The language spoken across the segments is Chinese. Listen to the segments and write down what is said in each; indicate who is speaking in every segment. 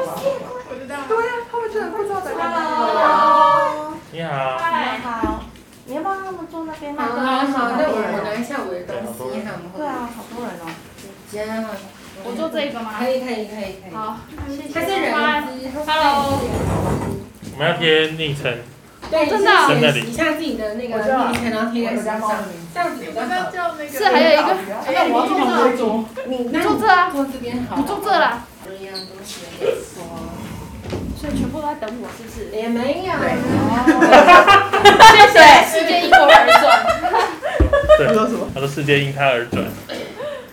Speaker 1: 哎坐那边
Speaker 2: 好
Speaker 1: 卖
Speaker 2: 好好，那我我
Speaker 1: 人
Speaker 2: 拿一下我的东西哈，
Speaker 1: 对啊，好多人哦。
Speaker 2: 然后
Speaker 1: 我做这一个吗？
Speaker 2: 可以可以可以可以。
Speaker 1: 好，谢
Speaker 2: 它是
Speaker 1: 谢。拜。
Speaker 2: 人机
Speaker 1: Hello
Speaker 3: 我们要贴昵称，
Speaker 2: 对，你
Speaker 1: 真的啊
Speaker 2: 先写一下自己的那个
Speaker 4: 我知道
Speaker 2: 昵称，然后贴在身上，这样子比较好。
Speaker 5: 叫那个
Speaker 1: 是还有一个，
Speaker 4: 哎那我要做哪一种？
Speaker 2: 你
Speaker 1: 你坐这啊
Speaker 2: 坐这边好。
Speaker 1: 你坐这。啦，
Speaker 2: 不一样东西也说，
Speaker 1: 所以全部都在等我，是 不是？
Speaker 2: 也没有。
Speaker 1: 谢谢，世界因果而转。
Speaker 3: 对，
Speaker 4: 说什么？
Speaker 3: 他说世界因他而转。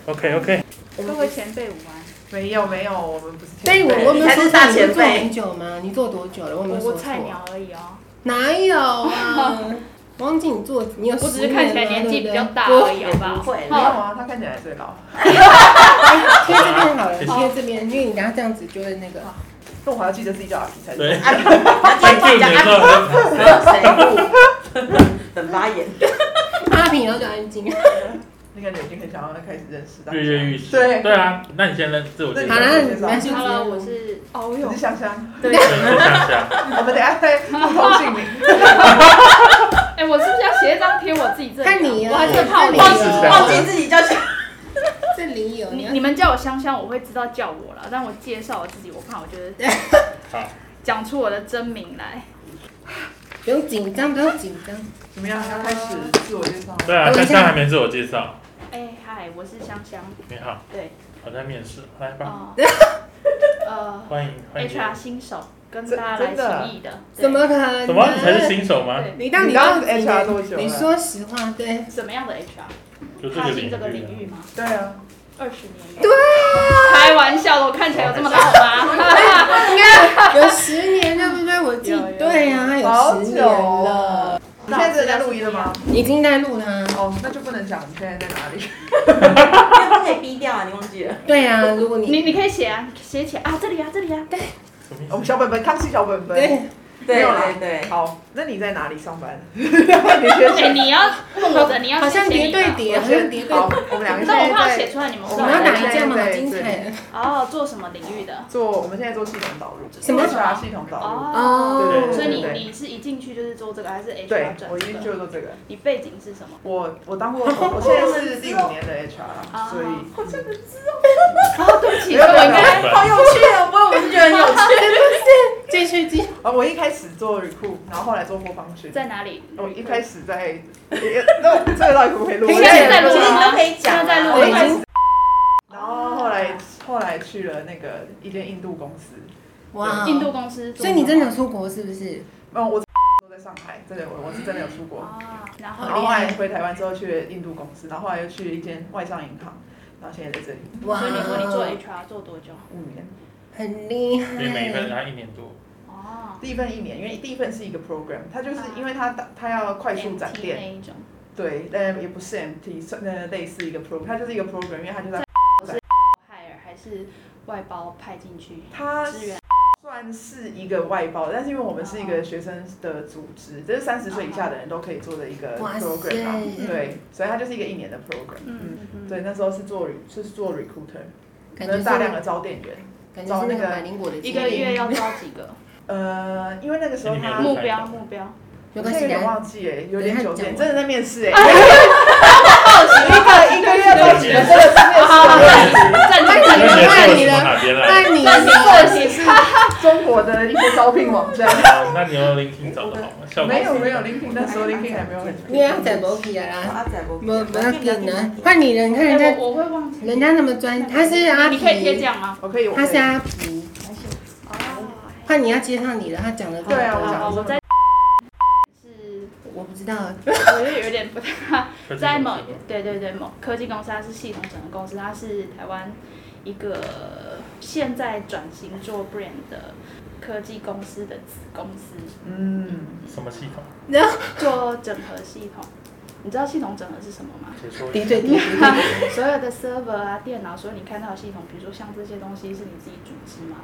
Speaker 3: OK OK，
Speaker 1: 各位前辈午安。
Speaker 4: 没有没有，我们不是。
Speaker 2: 但我我们
Speaker 6: 还
Speaker 2: 说
Speaker 6: 是大
Speaker 2: 你是
Speaker 6: 前
Speaker 2: 做
Speaker 6: 辈
Speaker 2: 很久吗？你做多久了？我没有
Speaker 1: 我
Speaker 2: 说
Speaker 1: 我菜
Speaker 2: 错。
Speaker 1: 鸟而已哦，
Speaker 2: 哪 有啊？忘记你做，你有
Speaker 1: 我只是
Speaker 2: 10
Speaker 1: 看起来
Speaker 2: 年
Speaker 1: 年
Speaker 2: 了
Speaker 1: 纪
Speaker 2: 对
Speaker 1: 比
Speaker 2: 不对
Speaker 1: 较大而已，好不
Speaker 6: 不
Speaker 1: 好？
Speaker 6: 会
Speaker 4: 没有啊，他看起来最老。
Speaker 2: 贴这边好了，
Speaker 3: 谢
Speaker 1: 谢
Speaker 2: 贴这边，因为你等下这样子就会那个。
Speaker 4: 那我还要记得自己叫阿皮才
Speaker 3: 对
Speaker 4: 对。
Speaker 3: 他 Q 你啊的时候，
Speaker 6: 很发言，
Speaker 2: 阿平，然后就安静。
Speaker 4: 那感觉已经很想要开始认识大家
Speaker 3: 跃。跃欲试。
Speaker 4: 对
Speaker 3: 对啊，那你先认自我介绍。
Speaker 2: 好了，你们先
Speaker 1: Hello，我是哦
Speaker 4: 我
Speaker 1: 哟
Speaker 4: 是，香香，
Speaker 3: 我想想，
Speaker 4: 我们等一下再不同姓名。
Speaker 1: 哎，我是不是要写一张贴我自己这里啊？啊
Speaker 2: 看你呀
Speaker 1: 我还是怕
Speaker 2: 看你
Speaker 1: 我
Speaker 2: 呀
Speaker 1: 忘记
Speaker 6: 忘记自己叫什么
Speaker 2: 这里有
Speaker 1: 你你们叫我香香，我会知道叫我了，但我介绍我自己，我怕我觉得
Speaker 3: 好，
Speaker 1: 讲出我的真名来。
Speaker 2: 不用紧张，不用紧张。
Speaker 4: 怎么样？要开始自我介绍吗？
Speaker 3: 对啊，
Speaker 2: 我
Speaker 3: 香
Speaker 2: 先
Speaker 3: 香还没自我介绍。
Speaker 1: 哎嗨，我是香香，
Speaker 3: 你好，
Speaker 1: 对，
Speaker 3: 我在面试，来吧，
Speaker 1: 哦，呃
Speaker 3: 欢迎欢迎。
Speaker 1: ，HR 新手跟大家来
Speaker 4: 真的
Speaker 1: 情谊的，对
Speaker 2: 怎么可能？
Speaker 3: 什么？你才是新手吗？
Speaker 1: 对
Speaker 2: 你到底
Speaker 4: 你当
Speaker 2: 到底
Speaker 4: HR 多久了
Speaker 2: 你说实话，对。
Speaker 1: 什么样的 HR？
Speaker 3: 就这
Speaker 1: 踏
Speaker 3: 个
Speaker 1: 进这个
Speaker 3: 领
Speaker 1: 领
Speaker 3: 域
Speaker 1: 域
Speaker 3: 啊。
Speaker 1: 吗？
Speaker 4: 对啊，
Speaker 1: 二十年
Speaker 2: 对
Speaker 1: 有，开玩笑的，我看起来有这么老吗？
Speaker 2: 应该啊有十年，对不对？我记
Speaker 1: 有有
Speaker 2: 对啊，他
Speaker 4: 好
Speaker 2: 有十
Speaker 4: 久哦
Speaker 2: 年了，
Speaker 4: 了。你现在正在录音了吗？
Speaker 2: 已经在录啊啦。
Speaker 4: 哦，那就不能讲你现在在哪里。
Speaker 6: 因为不可以逼掉啊，你忘记了？
Speaker 2: 对啊，如 果
Speaker 1: 你
Speaker 2: 你
Speaker 1: 你可以写啊，写起来啊，这里啊，这里啊，
Speaker 3: 什么意
Speaker 4: 我们
Speaker 3: 思？
Speaker 4: 小本本，康熙小本本。
Speaker 2: 对
Speaker 4: 没
Speaker 6: 对
Speaker 4: 有啦
Speaker 6: 对对，
Speaker 4: 好，那你在哪里上班？ 你先
Speaker 1: 哎，你要问我的，你要
Speaker 2: 好像
Speaker 1: 先写
Speaker 2: 叠
Speaker 1: 你
Speaker 2: 对
Speaker 1: 的，
Speaker 2: 叠，
Speaker 4: 我
Speaker 2: 好像
Speaker 4: 先
Speaker 2: 叠对
Speaker 4: 好
Speaker 2: 叠。，
Speaker 4: 我们两个现
Speaker 1: 但我
Speaker 4: 在
Speaker 1: 怕写
Speaker 4: 在
Speaker 1: 出来你们不知
Speaker 2: 我
Speaker 1: 道
Speaker 2: 们要哪一件嘛？好
Speaker 4: 对对
Speaker 2: 精彩！
Speaker 1: 哦，做什么领域的？
Speaker 4: 做，我们现在做系统导入，
Speaker 2: 什么
Speaker 4: HR 系统导入？
Speaker 1: 哦，
Speaker 4: 对对对
Speaker 1: 所以
Speaker 4: 对
Speaker 1: 你你是一进去就是做这个，还是 HR
Speaker 4: 对，
Speaker 1: 转
Speaker 4: 我一
Speaker 1: 这
Speaker 4: 进去
Speaker 1: 个？
Speaker 4: 就做这个。
Speaker 1: 你背景是什么？
Speaker 4: 我我当过，我现在是第五年的 HR，
Speaker 1: 啊
Speaker 4: 所以
Speaker 6: 好像很
Speaker 1: 哦，对不起，
Speaker 4: 没有
Speaker 1: 所以我
Speaker 4: 没有
Speaker 1: 应该
Speaker 3: 没有
Speaker 6: 好有趣哦，不会我们觉得很有趣。
Speaker 2: 继续继续，
Speaker 4: 啊，我一开始做 recruit，然后后来做货方训。
Speaker 1: 在哪里？
Speaker 4: 我一开始在， 那这个到底可不可以录？
Speaker 2: 可以
Speaker 4: 我
Speaker 2: 可以
Speaker 4: 在
Speaker 1: 在录
Speaker 6: 其实
Speaker 1: 吗
Speaker 6: 你都可以
Speaker 1: 现在
Speaker 6: 讲
Speaker 1: 在
Speaker 6: 啊，
Speaker 1: 录
Speaker 4: 我一
Speaker 2: 我
Speaker 4: 开
Speaker 2: 已
Speaker 4: 始
Speaker 2: 经，
Speaker 4: 然后后来后来去了那个一间印度公司，
Speaker 2: 哇，
Speaker 1: 印度公司做
Speaker 2: 所
Speaker 1: 什么，
Speaker 2: 以你真的有出国是不是？
Speaker 4: 嗯，我 都在上海，真的，我我是真的有出国。
Speaker 1: 啊，然后
Speaker 4: 然后后来回台湾之后去了印度公司，然后后来又去一间外商银行，然后现在在这里
Speaker 2: 哇，
Speaker 1: 所以你说你做 HR 做多久？
Speaker 4: 五年。
Speaker 2: 很厉
Speaker 3: 你每一份
Speaker 2: 害，
Speaker 3: 他一年多，
Speaker 1: 哦，
Speaker 4: 第一份一年，因为第一份是一个 program，它就是因为它它要快速展
Speaker 1: MT
Speaker 4: 店，
Speaker 1: 那一种，
Speaker 4: 对，但也不是 MT，算呃类似一个 program，它就是一个 program，因为它就在
Speaker 1: 海尔还是外包派进去
Speaker 4: 它
Speaker 1: 支援？
Speaker 4: 算是一个外包，但是因为我们是一个学生的组织，这是三十岁以下的人都可以做的一个
Speaker 2: 哇塞
Speaker 4: program 啊，对，所以它就是一个一年的 program。嗯，
Speaker 1: 嗯嗯，
Speaker 4: 对，那时候是做是做 recruiter，
Speaker 2: 感觉
Speaker 4: 能
Speaker 2: 是
Speaker 4: 大量的招店员。
Speaker 2: 感觉是那个百灵果的
Speaker 1: 一
Speaker 2: 经
Speaker 1: 个
Speaker 2: 历
Speaker 1: 月要招几个？
Speaker 4: 呃，因为那个时候他
Speaker 3: 嗯
Speaker 1: 目标目标，
Speaker 4: 我
Speaker 2: 没关
Speaker 4: 现在
Speaker 2: 系
Speaker 4: 有点
Speaker 2: 的，
Speaker 4: 忘记哎，有点
Speaker 2: 等一下
Speaker 4: 久
Speaker 2: 讲
Speaker 4: 远，
Speaker 2: 完
Speaker 4: 真的在面试哎，一个一个月到几个真的是面试的问题。
Speaker 1: 正
Speaker 2: 那
Speaker 3: 那
Speaker 2: 哎你们
Speaker 3: 你的
Speaker 2: 那
Speaker 3: 做
Speaker 2: 你
Speaker 3: 什么
Speaker 1: 正是
Speaker 2: 的那你的
Speaker 3: 哪边来？
Speaker 4: 是中国的一些招聘网站。
Speaker 3: 哦，那你用聆听找的好吗？效果
Speaker 4: 没有没有，林平那时候林平还没有很。
Speaker 2: 你要在博皮啊啦，
Speaker 6: 阿仔不
Speaker 2: 不不要紧啊，换你了，你看人
Speaker 1: 哎
Speaker 2: 家
Speaker 1: 我我会忘记，
Speaker 2: 人家那么专，他是阿
Speaker 1: 你可以贴这
Speaker 2: 皮，
Speaker 1: 样吗？
Speaker 4: 我可以，我可
Speaker 2: 他是
Speaker 4: 以。
Speaker 2: 阿皮，
Speaker 1: 哦，
Speaker 2: 换你要接上你了，他讲的
Speaker 4: 对啊，我
Speaker 1: 好
Speaker 4: 讲
Speaker 1: 我在是，
Speaker 2: 我不知道，
Speaker 1: 我就有点不太。
Speaker 3: 科技
Speaker 1: 在某
Speaker 3: 公司
Speaker 1: 对对对某科技公司，它是系统整合公司，它是台湾一个现在转型做 brand 的科技公司的子公司，
Speaker 4: 嗯，
Speaker 3: 什么系统？
Speaker 1: 做整合系统。你知道系统整合是什么 吗？
Speaker 3: 解说一下
Speaker 2: 滴对滴，
Speaker 1: 所有的 server 啊、电脑，所有你看到的系统，比如说像这些东西是你自己组织嘛，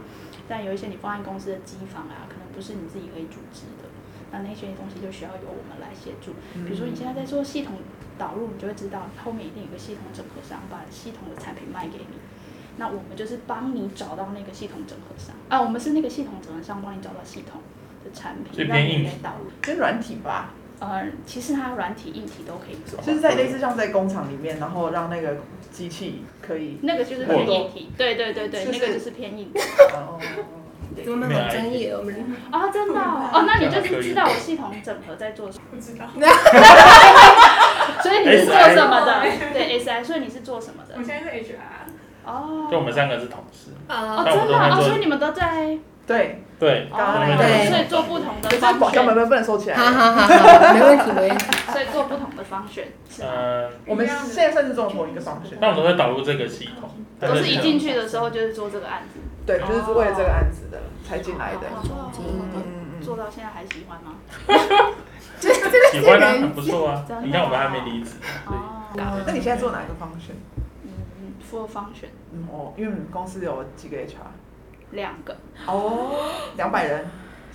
Speaker 1: 但有一些你放在公司的机房啊，可能不是你自己可以组织的，那那些东西就需要由我们来协助。
Speaker 4: 嗯
Speaker 1: 比如说你现在在做系统导入，你就会知道后面一定有个系统整合商把系统的产品卖给你。那我们就是帮你找到那个系统整合商啊，我们是那个系统整合商帮你找到系统的产
Speaker 3: 所
Speaker 1: 品，
Speaker 3: 以
Speaker 1: 让
Speaker 3: 偏
Speaker 1: 你
Speaker 3: 硬
Speaker 1: 来导入。
Speaker 4: 跟软体吧，
Speaker 1: 呃，其实它软体、硬体都可以做。
Speaker 4: 就是在类似像在工厂里面，然后让那个机器可以，
Speaker 1: 那个就是
Speaker 3: 我
Speaker 1: 偏硬体，对对对对，
Speaker 4: 就是
Speaker 1: 那个就是偏硬体。
Speaker 4: 哦，
Speaker 2: 我们好专业，我们
Speaker 1: 啊，真的哦，哦那你就是知道我系统整合在做什么，
Speaker 6: 不知道，
Speaker 1: 所以你是做什么的？对，SI，所以你是做什么的
Speaker 6: 我？现在是 HR，
Speaker 1: 哦，
Speaker 3: 就我们三个是同事，
Speaker 1: 哦，
Speaker 2: 啊，
Speaker 1: 真的
Speaker 3: 那我们
Speaker 1: 哦，
Speaker 3: 都在做
Speaker 1: 所以你们都在
Speaker 4: 对，
Speaker 3: 对，
Speaker 1: 哦
Speaker 4: 刚刚那
Speaker 2: 个
Speaker 1: 对，所以做不同的
Speaker 4: 这个
Speaker 1: 方
Speaker 4: 广告
Speaker 1: 选，
Speaker 4: 门不能收起来。
Speaker 2: 好好好好，没问题没问题。
Speaker 1: 所以做不同的方选是吗？
Speaker 3: 嗯，
Speaker 4: 我们现在算是做同一个方式，
Speaker 3: 那我们都在导入这个系统，
Speaker 1: 都是一进去的时候就是做这个案子，
Speaker 4: 对，就是为了这个案子的才进来的。
Speaker 1: 哦
Speaker 4: 嗯嗯
Speaker 1: 做到现在还喜欢吗？
Speaker 2: 这这个
Speaker 3: 喜
Speaker 2: 新
Speaker 3: 欢啊，
Speaker 2: 人
Speaker 3: 很不错啊
Speaker 1: 真。的
Speaker 3: 你看我们还没离职，
Speaker 4: 嗯
Speaker 1: 哦，。
Speaker 4: 那你现在做哪个方式？
Speaker 1: 嗯，full function
Speaker 4: 嗯哦，因为我们公司有几个 HR，
Speaker 1: 两个
Speaker 4: 哦，两百人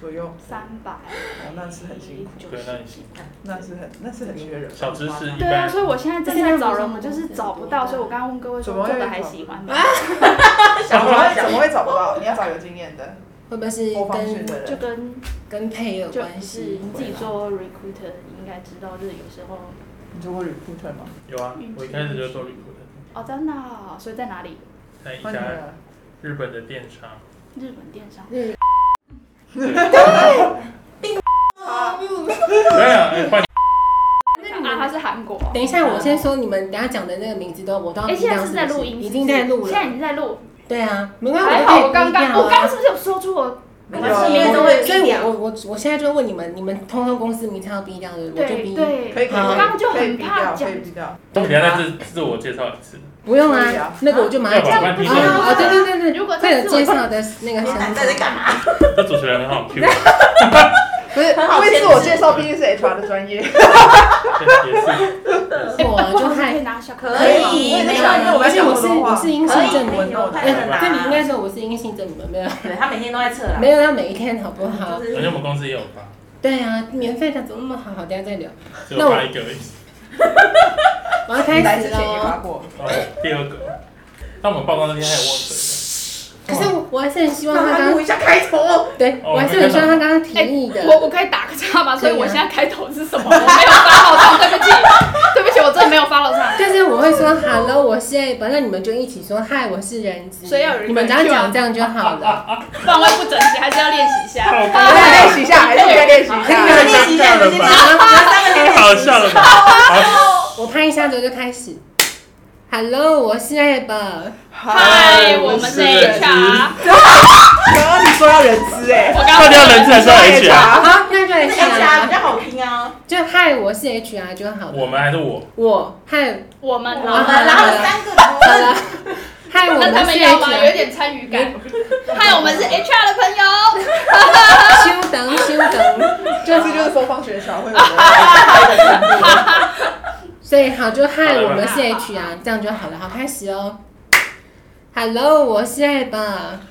Speaker 4: 左右，
Speaker 1: 三百，
Speaker 4: 哦，那是很辛苦，
Speaker 1: 苦
Speaker 3: 对，那你辛
Speaker 1: 嗯
Speaker 4: 那是很那是很缺人。
Speaker 3: 小知识一
Speaker 1: 对啊，
Speaker 3: 般
Speaker 1: 所以我现在正在找人，我就是找不到，所以我刚刚问各位说
Speaker 4: 怎么会
Speaker 1: 做的还喜欢吗？
Speaker 4: 怎么 会怎么会找不到？你要找有经验的，
Speaker 2: 会不会是
Speaker 4: 多方选
Speaker 2: 跟
Speaker 4: 的
Speaker 1: 就
Speaker 4: 人。
Speaker 1: 跟
Speaker 2: 跟配有
Speaker 1: 就
Speaker 2: 关
Speaker 1: 是
Speaker 2: 系？
Speaker 1: 你自己做 recruiter，你应该知道，就是有时候
Speaker 4: 你做过 recruiter 吗？
Speaker 3: 有啊。我一开始就做 recruit，
Speaker 1: 哦，真的哦、所以在哪里？
Speaker 3: 在一
Speaker 4: 欢迎啊
Speaker 3: 家
Speaker 4: 了
Speaker 3: 日本的电商，
Speaker 1: 日本电商。
Speaker 2: 日
Speaker 3: 对啊，哎换
Speaker 1: 那你啊，他是韩国。
Speaker 2: 等一下，我先说你们等下讲的那个名字都我都要
Speaker 1: 哎、
Speaker 2: 低
Speaker 1: 现
Speaker 2: 调
Speaker 1: 在
Speaker 2: 是
Speaker 1: 是在录音，
Speaker 2: 不是已经在录
Speaker 1: 现在已
Speaker 2: 了。
Speaker 1: 经在录，
Speaker 2: 对啊，没关系，
Speaker 1: 还
Speaker 2: 就可以
Speaker 1: 好我刚
Speaker 2: 低
Speaker 1: 刚，
Speaker 2: 调啊啊
Speaker 1: 我刚刚是不是有说出我？
Speaker 4: 没
Speaker 6: 关系
Speaker 4: 有
Speaker 6: 因为都会
Speaker 2: 所以
Speaker 6: 低调
Speaker 2: 我我我我现在就问你们，你们通通公司名称要逼掉的，我就
Speaker 1: 对
Speaker 2: 逼。
Speaker 1: 对，
Speaker 4: 可以可以，
Speaker 2: 好
Speaker 1: 我刚刚就
Speaker 4: 可以
Speaker 1: 很
Speaker 4: 比
Speaker 1: 怕
Speaker 4: 较，
Speaker 1: 讲
Speaker 4: 可以，比较。
Speaker 3: 我们等一下再
Speaker 1: 啊
Speaker 3: 自自我介绍一次，
Speaker 2: 不用
Speaker 4: 可以
Speaker 2: 啊
Speaker 4: 啊，
Speaker 2: 那个我就马
Speaker 3: 要
Speaker 2: 上
Speaker 3: 不
Speaker 2: 讲。
Speaker 3: 然
Speaker 2: 啊
Speaker 3: 换第
Speaker 1: 这样不
Speaker 3: 三
Speaker 2: 啊，对对对对，
Speaker 1: 如果
Speaker 2: 快
Speaker 1: 再
Speaker 2: 点
Speaker 1: 次我
Speaker 2: 介绍的那个
Speaker 6: 你
Speaker 2: 身份
Speaker 6: 男在这干嘛？
Speaker 3: 这主持人很好 Q，啊
Speaker 2: 不是
Speaker 6: 很好
Speaker 4: 因为
Speaker 6: 限
Speaker 4: 自我
Speaker 6: 制，
Speaker 4: 介绍毕竟是 HR 的专业，
Speaker 3: 也是
Speaker 2: 我啊就
Speaker 1: 我可以
Speaker 2: 害，
Speaker 1: 拿小
Speaker 6: 可
Speaker 4: 以
Speaker 6: 以，没
Speaker 4: 没
Speaker 6: 问
Speaker 4: 问
Speaker 6: 题
Speaker 4: 题。
Speaker 2: 而且我是我是阴性证
Speaker 6: 可以
Speaker 2: 明，
Speaker 6: 有
Speaker 2: 哎，
Speaker 6: 快乐啦
Speaker 2: 这里应该说我是阴性证明，没有
Speaker 6: 对他每天都在测啦，
Speaker 2: 没有要每一天好不好
Speaker 6: 就？
Speaker 3: 而且我
Speaker 6: 是
Speaker 3: 们公司也有发，
Speaker 2: 对啊，免费的怎么那么好？好，等一下再聊。
Speaker 3: 只有发一个而已，
Speaker 2: 我要
Speaker 4: 来
Speaker 2: 开
Speaker 4: 之
Speaker 2: 始
Speaker 4: 前也
Speaker 2: 喽。
Speaker 4: 发过，
Speaker 3: 哦，第二个。那我们报告那天还有忘 水
Speaker 2: 可是我还是很希望
Speaker 6: 让
Speaker 2: 他
Speaker 6: 他
Speaker 2: 刚
Speaker 6: 录一下开头，
Speaker 2: 对，
Speaker 3: 哦
Speaker 2: 我还是很希望他刚刚提议的。
Speaker 1: 哎我我可以打个岔吗？所以
Speaker 2: 可以啊
Speaker 1: 我现在开头是什么？我没有发好上，对不起，对不起，我真的没有发好上。
Speaker 2: 但是我会说 hello，我是，反正你们就一起说嗨，我是人资。
Speaker 1: 所以要有人
Speaker 2: 你们只要讲这样就好了。
Speaker 1: 范围不整齐，还是要练习一下。
Speaker 3: 的，
Speaker 4: 大家练习一下，还是可以练习一
Speaker 2: 可以
Speaker 4: 下。
Speaker 2: 啊
Speaker 6: 练习一下，
Speaker 3: 太尴尬了吧
Speaker 6: 你们三个
Speaker 3: 太
Speaker 6: 练
Speaker 3: 好
Speaker 6: 习
Speaker 3: 笑了吧？好
Speaker 2: 我拍一下之后就开始，hello，我是 Ab。
Speaker 1: 嗨，我们是
Speaker 3: 我是人
Speaker 1: HR，
Speaker 4: 刚刚你说要人资哎，
Speaker 1: 我
Speaker 3: 到
Speaker 1: 刚
Speaker 3: 底要人资还是要 HR？
Speaker 2: 好，那就来
Speaker 6: 这 HR 比
Speaker 2: 啊，
Speaker 6: 较好拼啊。
Speaker 2: 就嗨，我是 HR 就好了。
Speaker 3: 我们还是我？
Speaker 2: 我嗨，
Speaker 1: 我们
Speaker 6: 我们
Speaker 1: 呢？
Speaker 6: 然后三个
Speaker 2: 好了，嗨，我
Speaker 1: 那他
Speaker 2: 们
Speaker 1: 们
Speaker 2: 是
Speaker 1: 要吗？有
Speaker 2: HR。
Speaker 1: 点参与感。嗨，我们是 HR 的朋友。
Speaker 2: 休等休等，
Speaker 4: 这
Speaker 2: 就
Speaker 4: 次就是收放学 HR 会有的。
Speaker 2: 所以好就
Speaker 3: 好
Speaker 2: 嗨，
Speaker 3: 了
Speaker 2: 我们是
Speaker 1: 好
Speaker 2: HR，这样就好了。好，开始哦。Hello，我是 Ab。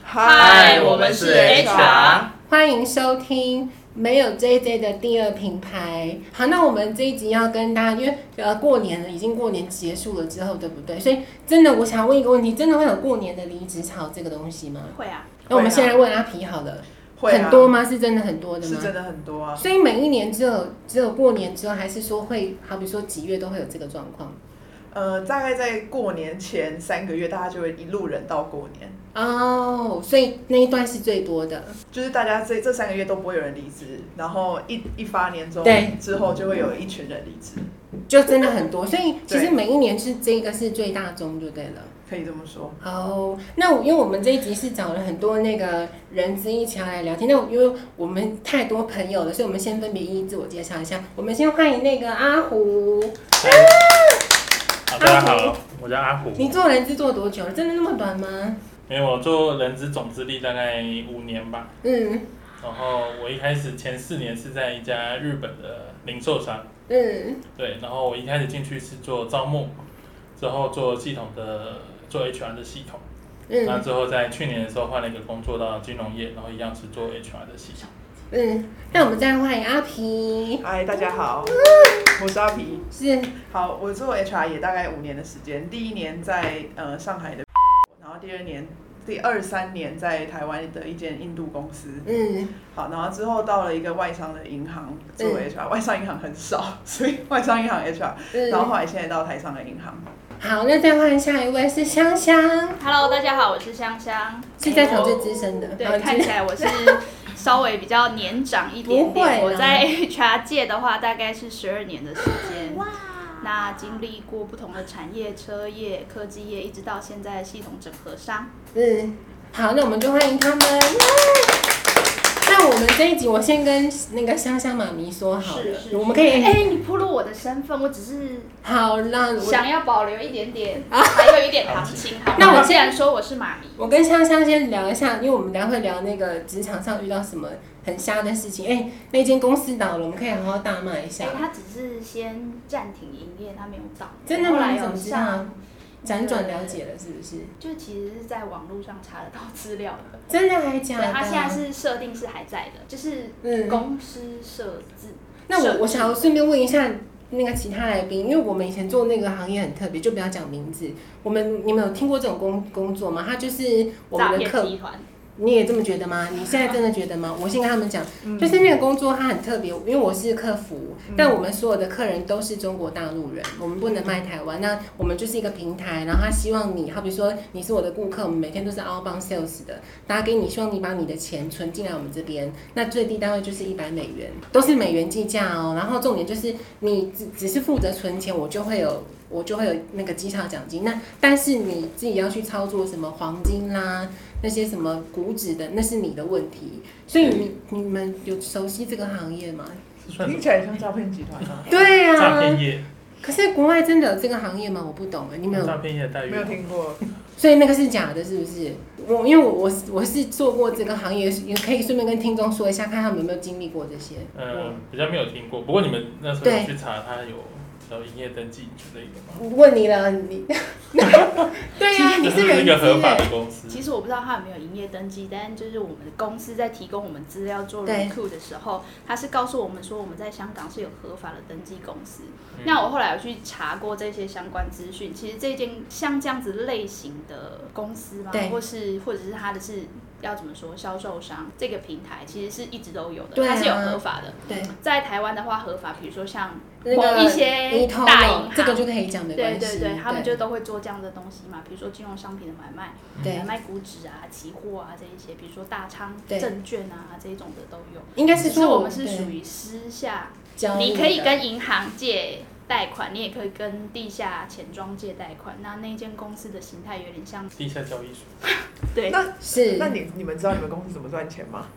Speaker 1: 嗨我们是 HR
Speaker 2: 欢迎收听没有 JJ 的第二品牌。好，那我们这一集要跟大家，因为呃过年了，已经过年结束了之后，对不对？所以真的，我想问一个问题：真的会有过年的离职潮这个东西吗？
Speaker 1: 会啊，
Speaker 2: 那我们现在问阿皮好了，
Speaker 4: 会啊
Speaker 2: 很多吗？是真的很多的
Speaker 4: 是
Speaker 2: 吗？
Speaker 4: 真的很多啊。
Speaker 2: 所以每一年只有只有过年之后，还是说会，好比说几月都会有这个状况
Speaker 4: 呃，大概在过年前三个月，大家就会一路人到过年，
Speaker 2: 哦。所以那一段是最多的。
Speaker 4: 就是大家这这三个月都不会有人离职，然后一一发年终
Speaker 2: 对
Speaker 4: 之后就会有一群人离职，
Speaker 2: 就真的很多，所以其实
Speaker 4: 对
Speaker 2: 每一年是这个是最大宗就对了。
Speaker 4: 可以这么说。
Speaker 2: 哦，那我因为我们这一集是找了很多那个人资一起来聊天，那我因为我们太多朋友了，所以我们先分别一一自我介绍一下。我们先欢迎那个阿虎，
Speaker 3: 好，大家好，我叫阿虎。
Speaker 2: 你做人资做多久了？真的那么短吗？
Speaker 3: 没有，我做人资总资历大概五年吧。
Speaker 2: 嗯
Speaker 3: 然后我一开始前四年是在一家日本的零售商，
Speaker 2: 嗯
Speaker 3: 对。然后我一开始进去是做招募，之后做系统的做 HR 的系统。那
Speaker 2: 嗯
Speaker 3: 之后在去年的时候换了一个工作到金融业，然后一样是做 HR 的系统。
Speaker 2: 嗯。那我们再欢迎阿皮，
Speaker 4: 嗨，大家好，我是阿皮。
Speaker 2: 是
Speaker 4: 好，我做 HR 也大概五年的时间，第一年在呃上海的，然后第二年第二三年在台湾的一间印度公司，
Speaker 2: 嗯，
Speaker 4: 好，然后之后到了一个外商的银行做
Speaker 2: 嗯
Speaker 4: HR，、外商银行很少， 所以外商银行 HR，
Speaker 2: 嗯
Speaker 4: 然后后来现在到台商的银行，
Speaker 2: 好，那再换下一位是香香，
Speaker 1: Hello，大家好，我是香香。
Speaker 2: 是在统治资深的，好
Speaker 1: 哎对，
Speaker 2: 你
Speaker 1: 看
Speaker 2: 继
Speaker 1: 起来我是稍微比较年长一点
Speaker 2: 不会
Speaker 1: 点。
Speaker 2: 啦
Speaker 1: 我在 HR 界的话，大概是十二年的时间。
Speaker 6: 哇，
Speaker 1: 那经历过不同的产业，车业、科技业，一直到现在的系统整合商。
Speaker 2: 嗯，好，那我们就欢迎他们。那我们这一集，我先跟那个香香妈咪说好了，
Speaker 1: 是是
Speaker 2: 我们可以、
Speaker 1: 哎、你暴露我的身份，我只是
Speaker 2: 好让我啊
Speaker 1: 想要保留一点点，还有一点行情。好吗
Speaker 2: 那我
Speaker 1: 既然说我是马迷，
Speaker 2: 我跟香香先聊一下，因为我们待会聊那个职场上遇到什么很瞎的事情。哎、那间公司倒了，我们可以好好大骂一
Speaker 1: 哎、
Speaker 2: 下。
Speaker 1: 他只是先暂停营业，他没有倒。
Speaker 2: 真的
Speaker 1: 后
Speaker 2: 吗？
Speaker 1: 来
Speaker 2: 你怎
Speaker 1: 有
Speaker 2: 么知道啊
Speaker 1: 上，？
Speaker 2: 辗转了解了是不是？
Speaker 1: 就其实是在网络上查得到资料的。
Speaker 2: 真的还假
Speaker 1: 对，
Speaker 2: 的？
Speaker 1: 他现在是设定是还在的，就是
Speaker 2: 嗯
Speaker 1: 公司设置。
Speaker 2: 那
Speaker 1: 设
Speaker 2: 我
Speaker 1: 计
Speaker 2: 我想要顺便问一下那个其他来宾，因为我们以前做那个行业很特别，就不要讲名字。我们你们有听过这种工工作吗？他就是我
Speaker 1: 诈
Speaker 2: 们的
Speaker 1: 骗
Speaker 2: 客，
Speaker 1: 集团，
Speaker 2: 你也这么觉得吗？你现在真的觉得吗？我先跟他们讲，就是那个工作它很特别，因为我是客服，但我们所有的客人都是中国大陆人，我们不能卖台湾。那我们就是一个平台，然后他希望你，好比说你是我的顾客，我们每天都是 outbound sales 的，打给你，希望你把你的钱存进来我们这边。那最低单位就是一百美元，都是美元计价哦。然后重点就是你只只是负责存钱，我就会有我就会有那个绩效奖金。那但是你自己要去操作什么黄金啦，那些什么股指的，那是你的问题。所以你你们有熟悉这个行业吗？
Speaker 3: 是算什
Speaker 4: 听
Speaker 3: 么
Speaker 4: 起来像诈骗集团，
Speaker 2: 对
Speaker 3: 诈骗
Speaker 2: 啊，
Speaker 3: 业？
Speaker 2: 可是国外真的有这个行业吗？我不懂哎，你们有
Speaker 3: 诈骗业的待遇
Speaker 4: 没有听过，
Speaker 2: 所以那个是假的，是不是？我因为我我是我是做过这个行业，也可以顺便跟听众说一下，看他们有没有经历过这些。
Speaker 3: 嗯，比较没有听过。不过你们那时候有去查它有有营业登记之类的吗？
Speaker 2: 我问你了， 你对呀、你
Speaker 3: 这
Speaker 2: 是
Speaker 3: 是
Speaker 2: 人
Speaker 3: 一个合
Speaker 2: 资
Speaker 3: 法
Speaker 2: 哎，
Speaker 3: 的公司，
Speaker 1: 其实我不知道他有没有营业登记，但就是我们公司在提供我们资料做
Speaker 2: 对
Speaker 1: recruit 的时候，他是告诉我们说我们在香港是有合法的登记公司。
Speaker 3: 嗯
Speaker 1: 那我后来有去查过这些相关资讯，其实这件像这样子类型的公司嘛
Speaker 2: 对，
Speaker 1: 或是或者是他的是要怎么说销售商这个平台，其实是一直都有的，
Speaker 2: 对啊
Speaker 1: 它是有合法的。
Speaker 2: 对，
Speaker 1: 在台湾的话，合法，比如说像
Speaker 2: 那
Speaker 1: 某
Speaker 2: 个
Speaker 1: 一些
Speaker 2: 你投
Speaker 1: 大银行
Speaker 2: 这个就可以讲，没
Speaker 1: 对
Speaker 2: 关系。
Speaker 1: 对对，他们就都会做这样的东西嘛，比如说金融商品的买卖，
Speaker 2: 对
Speaker 1: 买卖股指啊、期货啊这一些，比如说大昌
Speaker 2: 对
Speaker 1: 证券啊这一种的都有。
Speaker 2: 应该是
Speaker 1: 只是
Speaker 2: 说
Speaker 1: 我们是属
Speaker 2: 对
Speaker 1: 于私下，
Speaker 2: 交易
Speaker 1: 你可以
Speaker 2: 的
Speaker 1: 跟银行借贷款，你也可以跟地下钱庄借贷款。那那间公司的形态有点像，
Speaker 3: 地下交易所。
Speaker 1: 对
Speaker 4: 那
Speaker 2: 是
Speaker 4: 那你你们知道你们公司怎么赚钱吗？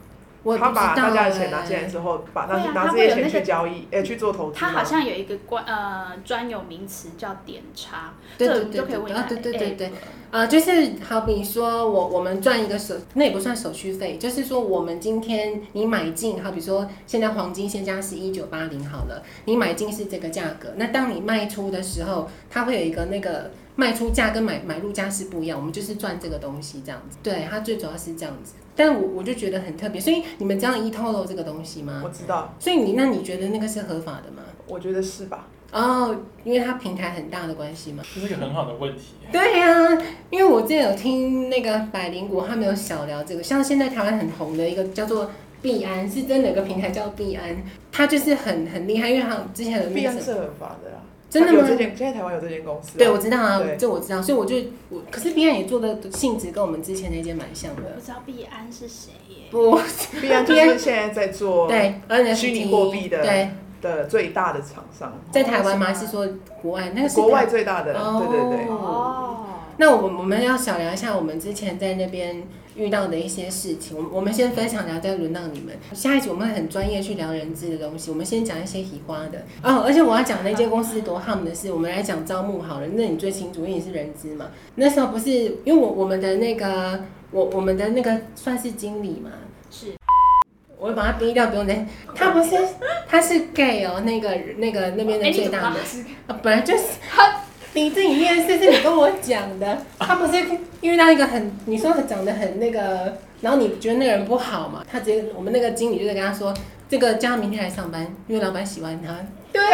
Speaker 2: 我也不
Speaker 4: 他
Speaker 2: 知道
Speaker 4: 把大家的
Speaker 2: 哎
Speaker 4: 钱拿进来之后，把
Speaker 1: 对
Speaker 4: 那
Speaker 1: 啊
Speaker 4: 拿这
Speaker 1: 他会有
Speaker 4: 些钱
Speaker 1: 那些
Speaker 4: 去交易，呃，去做投资吗。
Speaker 1: 它好像有一个关呃专有名词叫点差，
Speaker 2: 对
Speaker 1: 这
Speaker 2: 对
Speaker 1: 你
Speaker 2: 对
Speaker 1: 就可以
Speaker 2: 对
Speaker 1: 问一哎
Speaker 2: 啊
Speaker 1: 下
Speaker 2: 对对
Speaker 1: Abe
Speaker 2: 对对呃，就是好比说我我们赚一个手，那也不算手续费，就是说我们今天你买进，好比说现在黄金现价是一九八零好了，你买进是这个价格，那当你卖出的时候，它会有一个那个卖出价跟买买入价是不一样，我们就是赚这个东西这样子。对，它最主要是这样子，但我我就觉得很特别，所以你们这样一透露这个东西
Speaker 4: 我
Speaker 2: 吗？
Speaker 4: 知道，
Speaker 2: 所以你那你觉得那个是合法的吗？
Speaker 4: 我觉得是吧？
Speaker 2: 哦，因为它平台很大的关系吗？
Speaker 3: 这是一个很好的问题。
Speaker 2: 对呀、因为我之前有听那个百灵果，他们有小聊这个，像现在台湾很红的一个叫做币安，是真的有个平台叫币安，它就是很很厉害，因为它之前有那
Speaker 4: 必
Speaker 2: 个
Speaker 4: 然
Speaker 2: 什么
Speaker 4: 是合法的啦。
Speaker 2: 真的
Speaker 4: 有
Speaker 2: 吗
Speaker 4: 这？间现在台湾有这间公司啊。
Speaker 2: 对，我知道啊
Speaker 4: 对，
Speaker 2: 这我知道，所以我就我，可是币安也做的性质跟我们之前那间蛮像
Speaker 1: 不
Speaker 2: 的，
Speaker 1: 知道币安是谁耶？
Speaker 2: 不，
Speaker 4: 必然就是现在在做
Speaker 2: 对，NFT，
Speaker 4: 哦虚拟货币的
Speaker 2: 对，
Speaker 4: 的最大的厂商，
Speaker 2: 在台湾吗？是说国外？那个是
Speaker 4: 国外最大的，
Speaker 2: 哦
Speaker 4: 对对对。
Speaker 2: 哦那我们我们要小聊一下我们之前在那边遇到的一些事情。我们我们先分享聊，再轮到你们。下一集我们会很专业去聊人资的东西。我们先讲一些喜花的哦，而且我要讲那间公司多ham 的是，我们来讲招募好了。那你最清楚，因为你是人资嘛。那时候不是因为我我们的那个我我们的那个算是经理嘛，
Speaker 1: 是
Speaker 2: 我会把他逼掉，不用担心。他不是他是 gay 哦，那个那个那边
Speaker 1: 哎
Speaker 2: 的
Speaker 1: 你怎
Speaker 2: 最
Speaker 1: 么
Speaker 2: 大的
Speaker 1: 知道。
Speaker 2: 啊，本来 就是你自己面试是你跟我讲的，他不是遇到一个很你说他长得很那个，然后你觉得那个人不好嘛，他直接我们那个经理就在跟他说，这个叫他明天来上班，因为老板 喜欢他。对呀、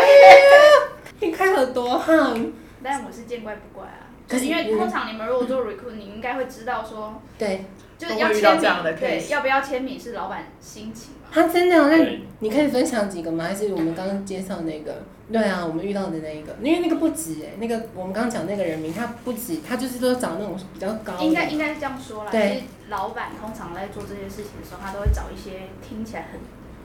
Speaker 2: 你看有多好，
Speaker 1: 但我是见怪不怪啊。就是因为
Speaker 2: 嗯
Speaker 1: 通常你们如果做 recruit，你应该会知道说，
Speaker 2: 对，
Speaker 1: 就是
Speaker 4: 会
Speaker 1: 要
Speaker 4: 不会遇到
Speaker 1: 签
Speaker 4: 这样的
Speaker 1: 名，对，
Speaker 4: case？
Speaker 1: 要不要签名是老板心情嘛。
Speaker 2: 他真的哦，那
Speaker 3: 对
Speaker 2: 你你可以分享几个吗？还是我们刚刚介绍那个？对啊，我们遇到的那一个，因为那个不止哎、那个我们刚刚讲那个人名，他不止，他就是说找那种比较
Speaker 4: 哦
Speaker 2: 高的，
Speaker 1: 应该应该是这样说啦，就
Speaker 2: 对
Speaker 1: 是老板通常在做这些事情的时候，他都会找一些听起来很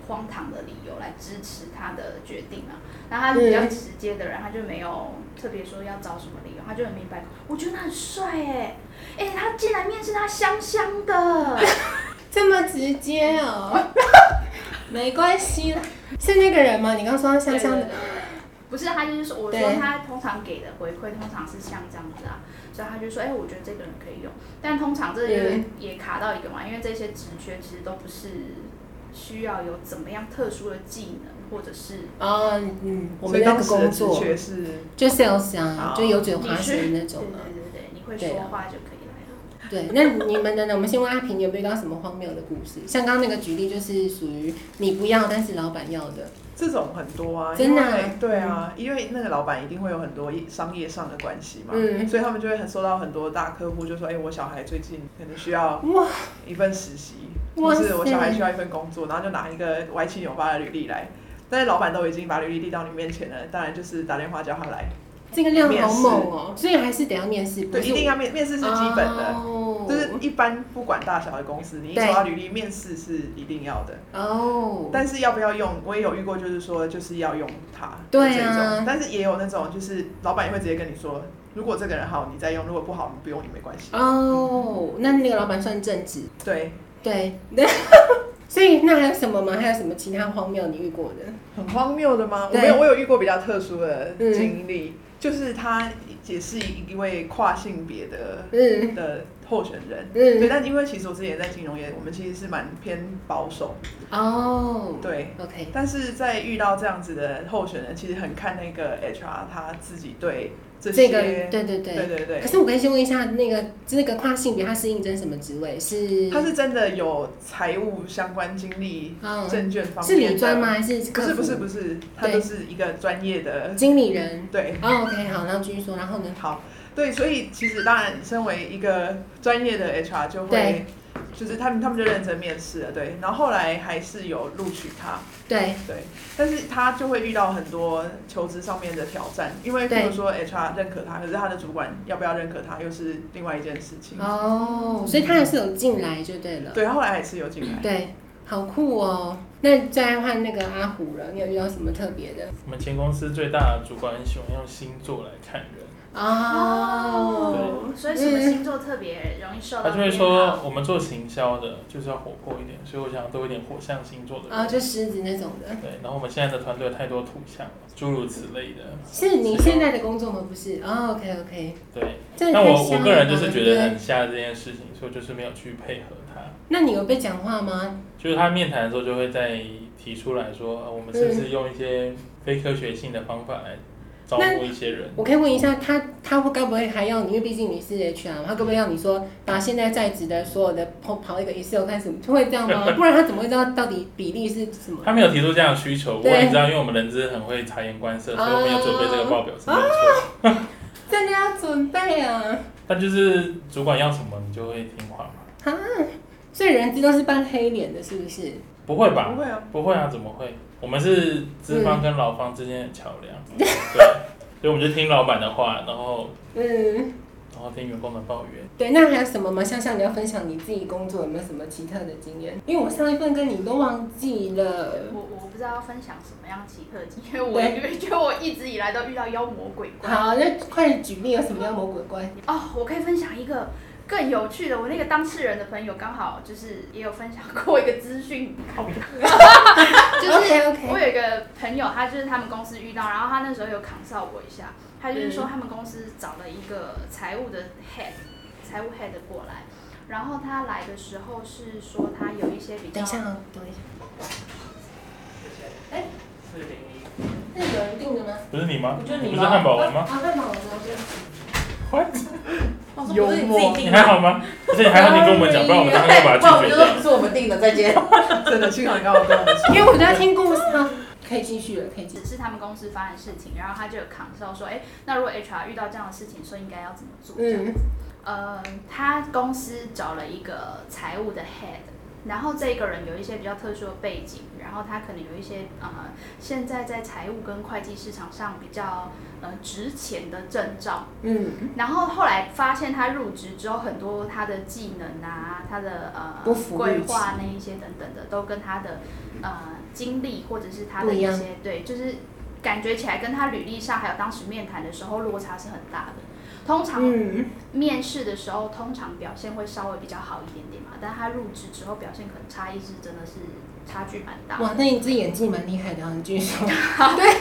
Speaker 1: 荒唐的理由来支持他的决定啊。然后他是比较
Speaker 2: 嗯
Speaker 1: 直接的人，他就没有特别说要找什么理由，他就很明白。我觉得他很帅哎、哎、他进来面试他香香的，
Speaker 2: 这么直接 哦，没关系啦，是那个人吗？你刚刚说他香香的
Speaker 1: 对。对对对不是，他就是说，我说
Speaker 2: 对
Speaker 1: 他通常给的回馈通常是像这样子啊，所以他就说，哎、我觉得这个人可以用，但通常这个
Speaker 2: 嗯
Speaker 1: 也卡到一个嘛，因为这些职缺其实都不是需要有怎么样特殊的技能，或者是
Speaker 2: 哦，嗯，我
Speaker 4: 所
Speaker 2: 们
Speaker 4: 以
Speaker 2: 那个
Speaker 4: 当时的
Speaker 2: 工
Speaker 4: 职
Speaker 2: 作
Speaker 4: 缺是
Speaker 2: 就 sales 啊，
Speaker 4: 哦
Speaker 2: 就油嘴
Speaker 1: 你
Speaker 2: 滑舌
Speaker 1: 是
Speaker 2: 的那
Speaker 1: 对
Speaker 2: 种
Speaker 1: 对
Speaker 2: 啊。
Speaker 1: 对对，你会
Speaker 2: 对
Speaker 1: 说
Speaker 2: 啊
Speaker 1: 话就可以来了。
Speaker 2: 对，那你们的呢？我们先问阿平，你有没有遇到什么荒谬的故事？像刚刚那个举例，就是属于你不要，但是老板要的。
Speaker 4: 这种很多啊，
Speaker 2: 真的啊
Speaker 4: 因为对啊，因为那个老板一定会有很多业商业上的关系嘛，
Speaker 2: 嗯
Speaker 4: 所以他们就会很收到很多大客户就说，哎、我小孩最近可能需要
Speaker 2: 哇，
Speaker 4: 一份实习，
Speaker 2: 哇
Speaker 4: 或
Speaker 2: 塞
Speaker 4: 是我小孩需要一份工作，然后就拿一个歪七扭八的履历来，但是老板都已经把履历递到你面前了，当然就是打电话叫他来，
Speaker 2: 这个量好猛哦、所以还是得要面试，不
Speaker 4: 对，
Speaker 2: 是
Speaker 4: 一定要面面试是基本的。
Speaker 2: 哦
Speaker 4: 就是一般不管大小的公司，你一
Speaker 2: 对
Speaker 4: 收到履历，面试是一定要的。
Speaker 2: 哦，
Speaker 4: 但是要不要用，我也有遇过，就是说就是要用它，
Speaker 2: 对
Speaker 4: 这
Speaker 2: 啊
Speaker 4: 种。但是也有那种就是老板也会直接跟你说，如果这个人好，你再用；如果不好，你不用也没关系。
Speaker 2: 哦，那那个老板算正直，
Speaker 4: 对，
Speaker 2: 对。 所以那还有什么吗？还有什么其他荒谬你遇过的？
Speaker 4: 很荒谬的吗？我
Speaker 2: 对
Speaker 4: 没有，我有遇过比较特殊的经历，就是他也是一位跨性别的
Speaker 2: 嗯
Speaker 4: 的候选人。对，
Speaker 2: 嗯，
Speaker 4: 但因为其实我之前在金融业，我们其实是蛮偏保守，
Speaker 2: 哦，
Speaker 4: 对，
Speaker 2: ，OK，
Speaker 4: 但是在遇到这样子的候选人，其实很看那个 HR 他自己对这些，
Speaker 2: 这个对对对
Speaker 4: 对对对
Speaker 2: 可是我可以先问一下，那个这个跨性别他是应征什么职位？是
Speaker 4: 他是真的有财务相关经历、
Speaker 2: 嗯
Speaker 4: 证券方
Speaker 2: 是
Speaker 4: 面的
Speaker 2: 理专吗？？还是
Speaker 4: 不
Speaker 2: 客
Speaker 4: 是
Speaker 2: 服
Speaker 4: 不是不是，他
Speaker 2: 对
Speaker 4: 就是一个专业的，
Speaker 2: 经理人？
Speaker 4: 对
Speaker 2: 哦，OK，好，然后继续说，然后呢？
Speaker 4: 好对，所以其实当然，身为一个专业的 HR 就
Speaker 2: 对
Speaker 4: 会，就是他们他们就认真面试了，对，然后后来还是有录取他，
Speaker 2: 对，
Speaker 4: 对，但是他就会遇到很多求职上面的挑战，因为
Speaker 2: 对
Speaker 4: 譬如说 HR 认可他，可是他的主管要不要认可他，又是另外一件事情。
Speaker 2: 哦，所以他还是有进来就对了。
Speaker 4: 对，他后来还是有进来。
Speaker 2: 对，好酷哦。那再换那个阿虎了，你有遇到什么特别的？
Speaker 3: 我们前公司最大的主管很喜欢用星座来看人，
Speaker 2: 哦，
Speaker 1: 哦，所以什么星座特别容易受
Speaker 3: 他
Speaker 1: 到
Speaker 3: 就
Speaker 1: 偏好？
Speaker 3: 会说我们做行销的就是要活泼一点，所以我想要多一点火象星座的人。
Speaker 2: 啊，就狮子那种的。
Speaker 3: 对，然后我们现在的团队有太多土象了，诸如此类的。
Speaker 2: 是你现在的工作吗？不是。哦，OK OK。
Speaker 3: 对，
Speaker 2: 这
Speaker 3: 那
Speaker 2: 也太
Speaker 3: 我
Speaker 2: 香
Speaker 3: 我
Speaker 2: 了
Speaker 3: 个人就是
Speaker 2: 吧
Speaker 3: 觉得
Speaker 2: 啊对
Speaker 3: 很瞎这件事情，所以我就是没有去配合他。
Speaker 2: 那你有被讲话吗？
Speaker 3: 就是他面谈的时候就会再提出来说，呃我们是不
Speaker 2: 嗯
Speaker 3: 是用一些非科学性的方法来招募一些人？
Speaker 2: 我可以问一下他，他会该不会还要你？因为毕竟你是 HR，他该不会要你说把现在在职的所有的跑跑一个 Excel 看什么，会这样 吗？不然他怎么会知道到底比例是什么？
Speaker 3: 他没有提出这样的需求，
Speaker 2: 对
Speaker 3: 我也知道，因为我们人资很会察言观色，所以我们有准备这个报表是没有
Speaker 2: 啊
Speaker 3: 错的。
Speaker 2: 真的要准备啊！
Speaker 3: 但就是主管要什么，你就会听话嘛？
Speaker 2: 啊，所以人资都是扮黑脸的，是不是？
Speaker 3: 不会吧
Speaker 4: 不？会啊，
Speaker 3: 不会啊，怎么会？我们是资方跟劳方之间的桥梁，对，所以我们就听老板的话，然后
Speaker 2: 嗯，
Speaker 3: 然后听员工的抱怨。
Speaker 2: 对。那还有什么吗？香香，你要分享你自己工作有没有什么奇特的经验？因为我上一份跟你都忘记了。
Speaker 1: 我我不知道要分享什么样奇特经，因为我因为觉得我一直以来都遇到妖魔鬼怪。
Speaker 2: 好，那快举例有什么妖魔鬼怪？
Speaker 1: 哦，我可以分享一个更有趣的，我那个当事人的朋友刚好就是也有分享过一个资讯， 就是
Speaker 2: OK，OK
Speaker 1: 我有一个朋友，他就是他们公司遇到，然后他那时候有 consult 我一下，他就是说他们公司找了一个财务的 head，财务 head 过来，然后他来的时候是说他有一些比较
Speaker 2: 等一下，啊，等一下，哎
Speaker 3: 是零一，
Speaker 2: 那有人订的吗？
Speaker 3: 不是你吗？
Speaker 6: 不就是你吗
Speaker 3: 不是汉堡王吗？
Speaker 2: 啊，那好，我觉得
Speaker 3: What？
Speaker 6: 我说不是你自己
Speaker 3: 你
Speaker 6: 定
Speaker 3: 还
Speaker 6: 的，
Speaker 3: 好吗？而且你还好，你跟我们讲，不然我们刚刚要 把
Speaker 6: 不然我
Speaker 3: 它
Speaker 6: 们
Speaker 3: 拒
Speaker 6: 就
Speaker 3: 绝
Speaker 6: 说
Speaker 3: 掉
Speaker 6: 不。是我们定的，再见。
Speaker 4: 真的，幸好你刚好跟我们说。
Speaker 2: 因为我都要听故事啊。可以继续了，可以继续。
Speaker 1: 只是他们公司发生事情，然后他就有扛受说，哎，那如果 HR 遇到这样的事情，说应该要怎么做？这样
Speaker 2: 嗯，
Speaker 1: 呃，他公司找了一个财务的 head，然后这个人有一些比较特殊的背景，然后他可能有一些呃，现在在财务跟会计市场上比较呃值钱的证照，
Speaker 2: 嗯，
Speaker 1: 然后后来发现他入职之后，很多他的技能啊，他的
Speaker 2: 不
Speaker 1: 呃
Speaker 2: 符
Speaker 1: 规
Speaker 2: 预期
Speaker 1: 划那一些等等的，都跟他的呃经历或者是他
Speaker 2: 嗯不
Speaker 1: 的
Speaker 2: 一
Speaker 1: 一
Speaker 2: 样
Speaker 1: 些对，就是感觉起来跟他履历上还有当时面谈的时候落差是很大的。通常
Speaker 2: 嗯，
Speaker 1: 面试的时候，通常表现会稍微比较好一点点嘛，但他入职之后表现可能差异是真的是差距蛮大的。
Speaker 2: 哇，那你这演技蛮厉害的啊，你继续说。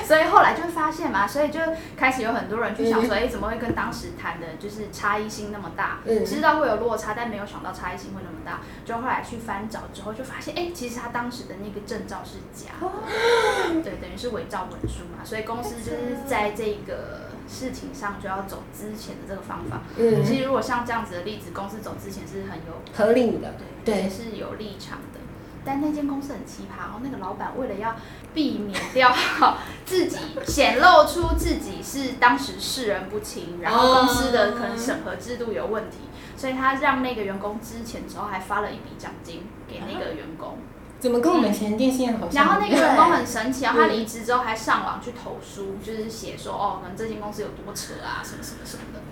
Speaker 1: 所以后来就发现嘛，所以就开始有很多人去
Speaker 2: 嗯
Speaker 1: 想说，哎、怎么会跟当时谈的就是差异性那么大？
Speaker 2: 嗯
Speaker 1: 知道会有落差，但没有想到差异性会那么大。就后来去翻找之后，就发现，哎、其实他当时的那个证照是假
Speaker 2: 哦
Speaker 1: 的，对，等于是伪造文书嘛。所以公司就是在这个事情上就要走之前的这个方法。
Speaker 2: 嗯，
Speaker 1: 其实如果像这样子的例子，公司走之前是很有
Speaker 2: 合理的，
Speaker 1: 对，
Speaker 2: 对
Speaker 1: 也是有立场的。但那间公司很奇葩哦，那个老板为了要避免掉自己显露出自己是当时世人不清，然
Speaker 2: 哦
Speaker 1: 后公司的可能审核制度有问题，所以他让那个员工之前的时候还发了一笔奖金给那个员工，
Speaker 2: 怎么跟我们前电信好像？
Speaker 1: 然后那个员工很神奇哦，他
Speaker 2: 嗯
Speaker 1: 离职之后还上网去投书，就是写说哦，可能这间公司有多扯啊，什么什么什么的。
Speaker 2: 哦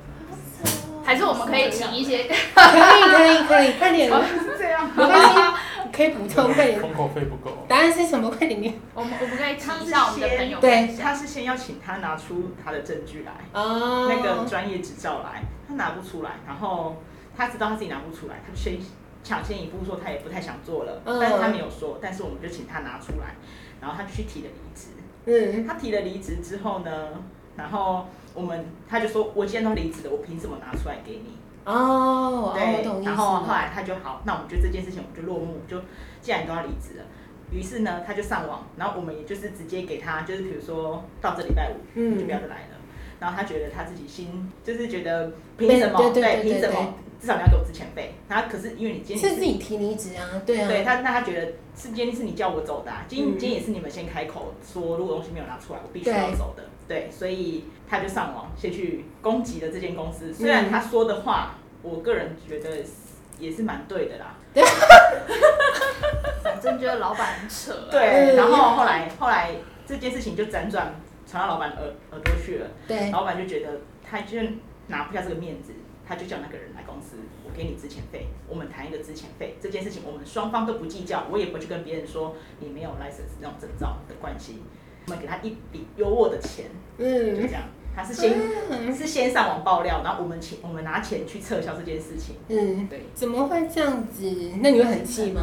Speaker 1: 还是我们可以请一些，
Speaker 6: 哦
Speaker 2: 可以可以可以，快点，
Speaker 1: 是这样
Speaker 2: 没关系，可以补充，快点。
Speaker 3: 封口费不够，
Speaker 2: 答案是什么？快点念。
Speaker 1: 我们我们可以请一下我们的朋友
Speaker 2: 对
Speaker 1: 分享
Speaker 6: 他是先要请他拿出他的证据来，
Speaker 2: 哦，
Speaker 6: 那个专业执照来，他拿不出来，然后他知道他自己拿不出来，他就先抢先一步说他也不太想做了，
Speaker 2: 嗯
Speaker 6: 但是他没有说，但是我们就请他拿出来，然后他就去提了离职。
Speaker 2: 嗯，
Speaker 6: 他提了离职之后呢，然后我们他就说，我现在都离职了，我凭什么拿出来给你？
Speaker 2: 哦，哦，我懂
Speaker 6: 对，
Speaker 2: 意思
Speaker 6: 然后后
Speaker 2: 了。
Speaker 6: 来他就好，那我们就这件事情我们就落幕，就既然都要离职了，于是呢他就上网，然后我们也就是直接给他，就是比如说到这礼拜五
Speaker 2: 嗯
Speaker 6: 就不要再来了，然后他觉得他自己心就是觉得凭什么
Speaker 2: 对对对对
Speaker 6: 凭什
Speaker 2: 对对
Speaker 6: 么至少你要给我之前费，然后可是因为你今
Speaker 2: 是
Speaker 6: 天
Speaker 2: 自己提离职啊，对啊，
Speaker 6: 对他，那他觉得是今天是你叫我走的、啊，
Speaker 2: 嗯
Speaker 6: 今天今天也是你们先开口说，如果东西没有拿出来，我必须要
Speaker 2: 对
Speaker 6: 走的。对，所以他就上网先去攻击了这间公司。虽
Speaker 2: 嗯
Speaker 6: 然他说的话，我个人觉得也是蛮对的啦。
Speaker 1: 反正觉得老板很扯、啊。
Speaker 6: 对，
Speaker 2: 嗯
Speaker 6: 然后后来后来这件事情就辗转传到老板耳耳朵去了，
Speaker 2: 对，
Speaker 6: 老板就觉得他就拿不下这个面子。他就叫那个人来公司，我给你资遣费，我们谈一个资遣费这件事情，我们双方都不计较，我也不会去跟别人说你没有 license 那种证照的关系，我们给他一笔优渥的钱，就这
Speaker 2: 嗯
Speaker 6: 样。他是先、
Speaker 2: 嗯
Speaker 6: 是先上网爆料，然后我们请我们拿钱去撤销这件事情。
Speaker 2: 嗯，
Speaker 6: 对，
Speaker 2: 怎么会这样子？那你会很气吗？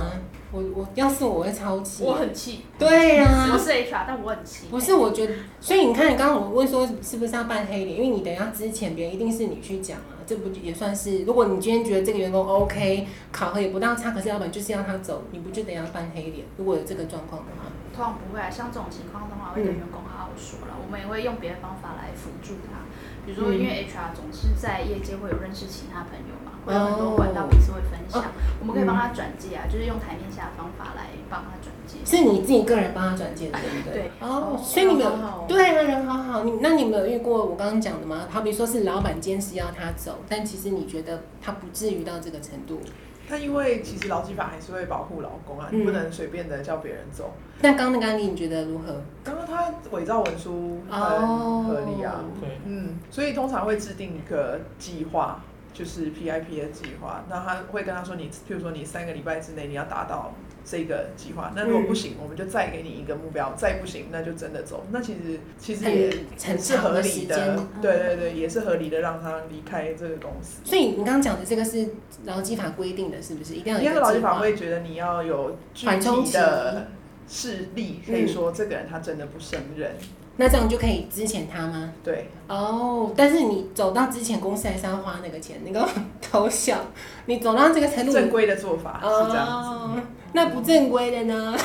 Speaker 2: 我我要是我会超气，
Speaker 1: 我很气，
Speaker 2: 对啊呀、
Speaker 1: 我是 HR，但我很气。
Speaker 2: 嗯不是，我觉得，所以你看，刚刚我问说是不是要扮黑脸，因为你等一下之前别人一定是你去讲啊，这不也算是？如果你今天觉得这个员工 OK，考核也不到差，可是老板就是要他走，你不就得要扮黑脸？如果有这个状况的话，
Speaker 1: 通常不会啊，像这种情况的话，会跟员工好好说了。我们也会用别的方法来辅助他，比如说，因
Speaker 2: 嗯
Speaker 1: 为 HR 总是在业界会有认识其他朋友嘛，
Speaker 2: 哦
Speaker 1: 会有很多管道彼此会分享，我们可以帮他转介啊，就是用台面下的方法来帮他转介。
Speaker 2: 是你自己个人帮他转介的，对不对？
Speaker 1: 对
Speaker 2: 哦
Speaker 1: 哦，
Speaker 2: 所以你们有
Speaker 6: 人好好哦
Speaker 2: 对啊，人好好。你那你们有遇过我刚刚讲的吗？好比说是老板坚持要他走，但其实你觉得他不至于到这个程度。
Speaker 4: 但因为其实劳基法还是会保护劳工
Speaker 2: 嗯
Speaker 4: 啊，你不能随便的叫别人走。
Speaker 2: 那刚刚那个案例你觉得如何？
Speaker 4: 刚刚他伪造文书很
Speaker 2: 哦
Speaker 4: 合理啊，
Speaker 3: 对，
Speaker 4: 嗯，所以通常会制定一个计划，就是 PIP 的计划。那他会跟他说你，譬如说你三个礼拜之内你要达到这个计划，那如果不行，我们就再给你一个目标，再不行那就真的走。那其实其实也
Speaker 2: 哎很
Speaker 4: 是合理
Speaker 2: 很长的时
Speaker 4: 的
Speaker 2: 间，嗯
Speaker 4: 对对对，也是合理的让他离开这个公司。
Speaker 2: 所以你刚刚讲的这个是劳基法规定的，是不是？一定要有
Speaker 4: 因
Speaker 2: 一
Speaker 4: 为
Speaker 2: 个
Speaker 4: 劳
Speaker 2: 计
Speaker 4: 基法
Speaker 2: 划。
Speaker 4: 会觉得你要有具
Speaker 2: 缓冲
Speaker 4: 体
Speaker 2: 期
Speaker 4: 的事例，可以说这个人他真的不胜任，
Speaker 2: 那这样就可以支遣他吗？
Speaker 4: 对。
Speaker 2: 哦、但是你走到之前，公司还是要花那个钱，你给我偷笑。你走到这个程度，
Speaker 4: 正规的做法是这样子。
Speaker 2: 嗯哦，那不正规的呢？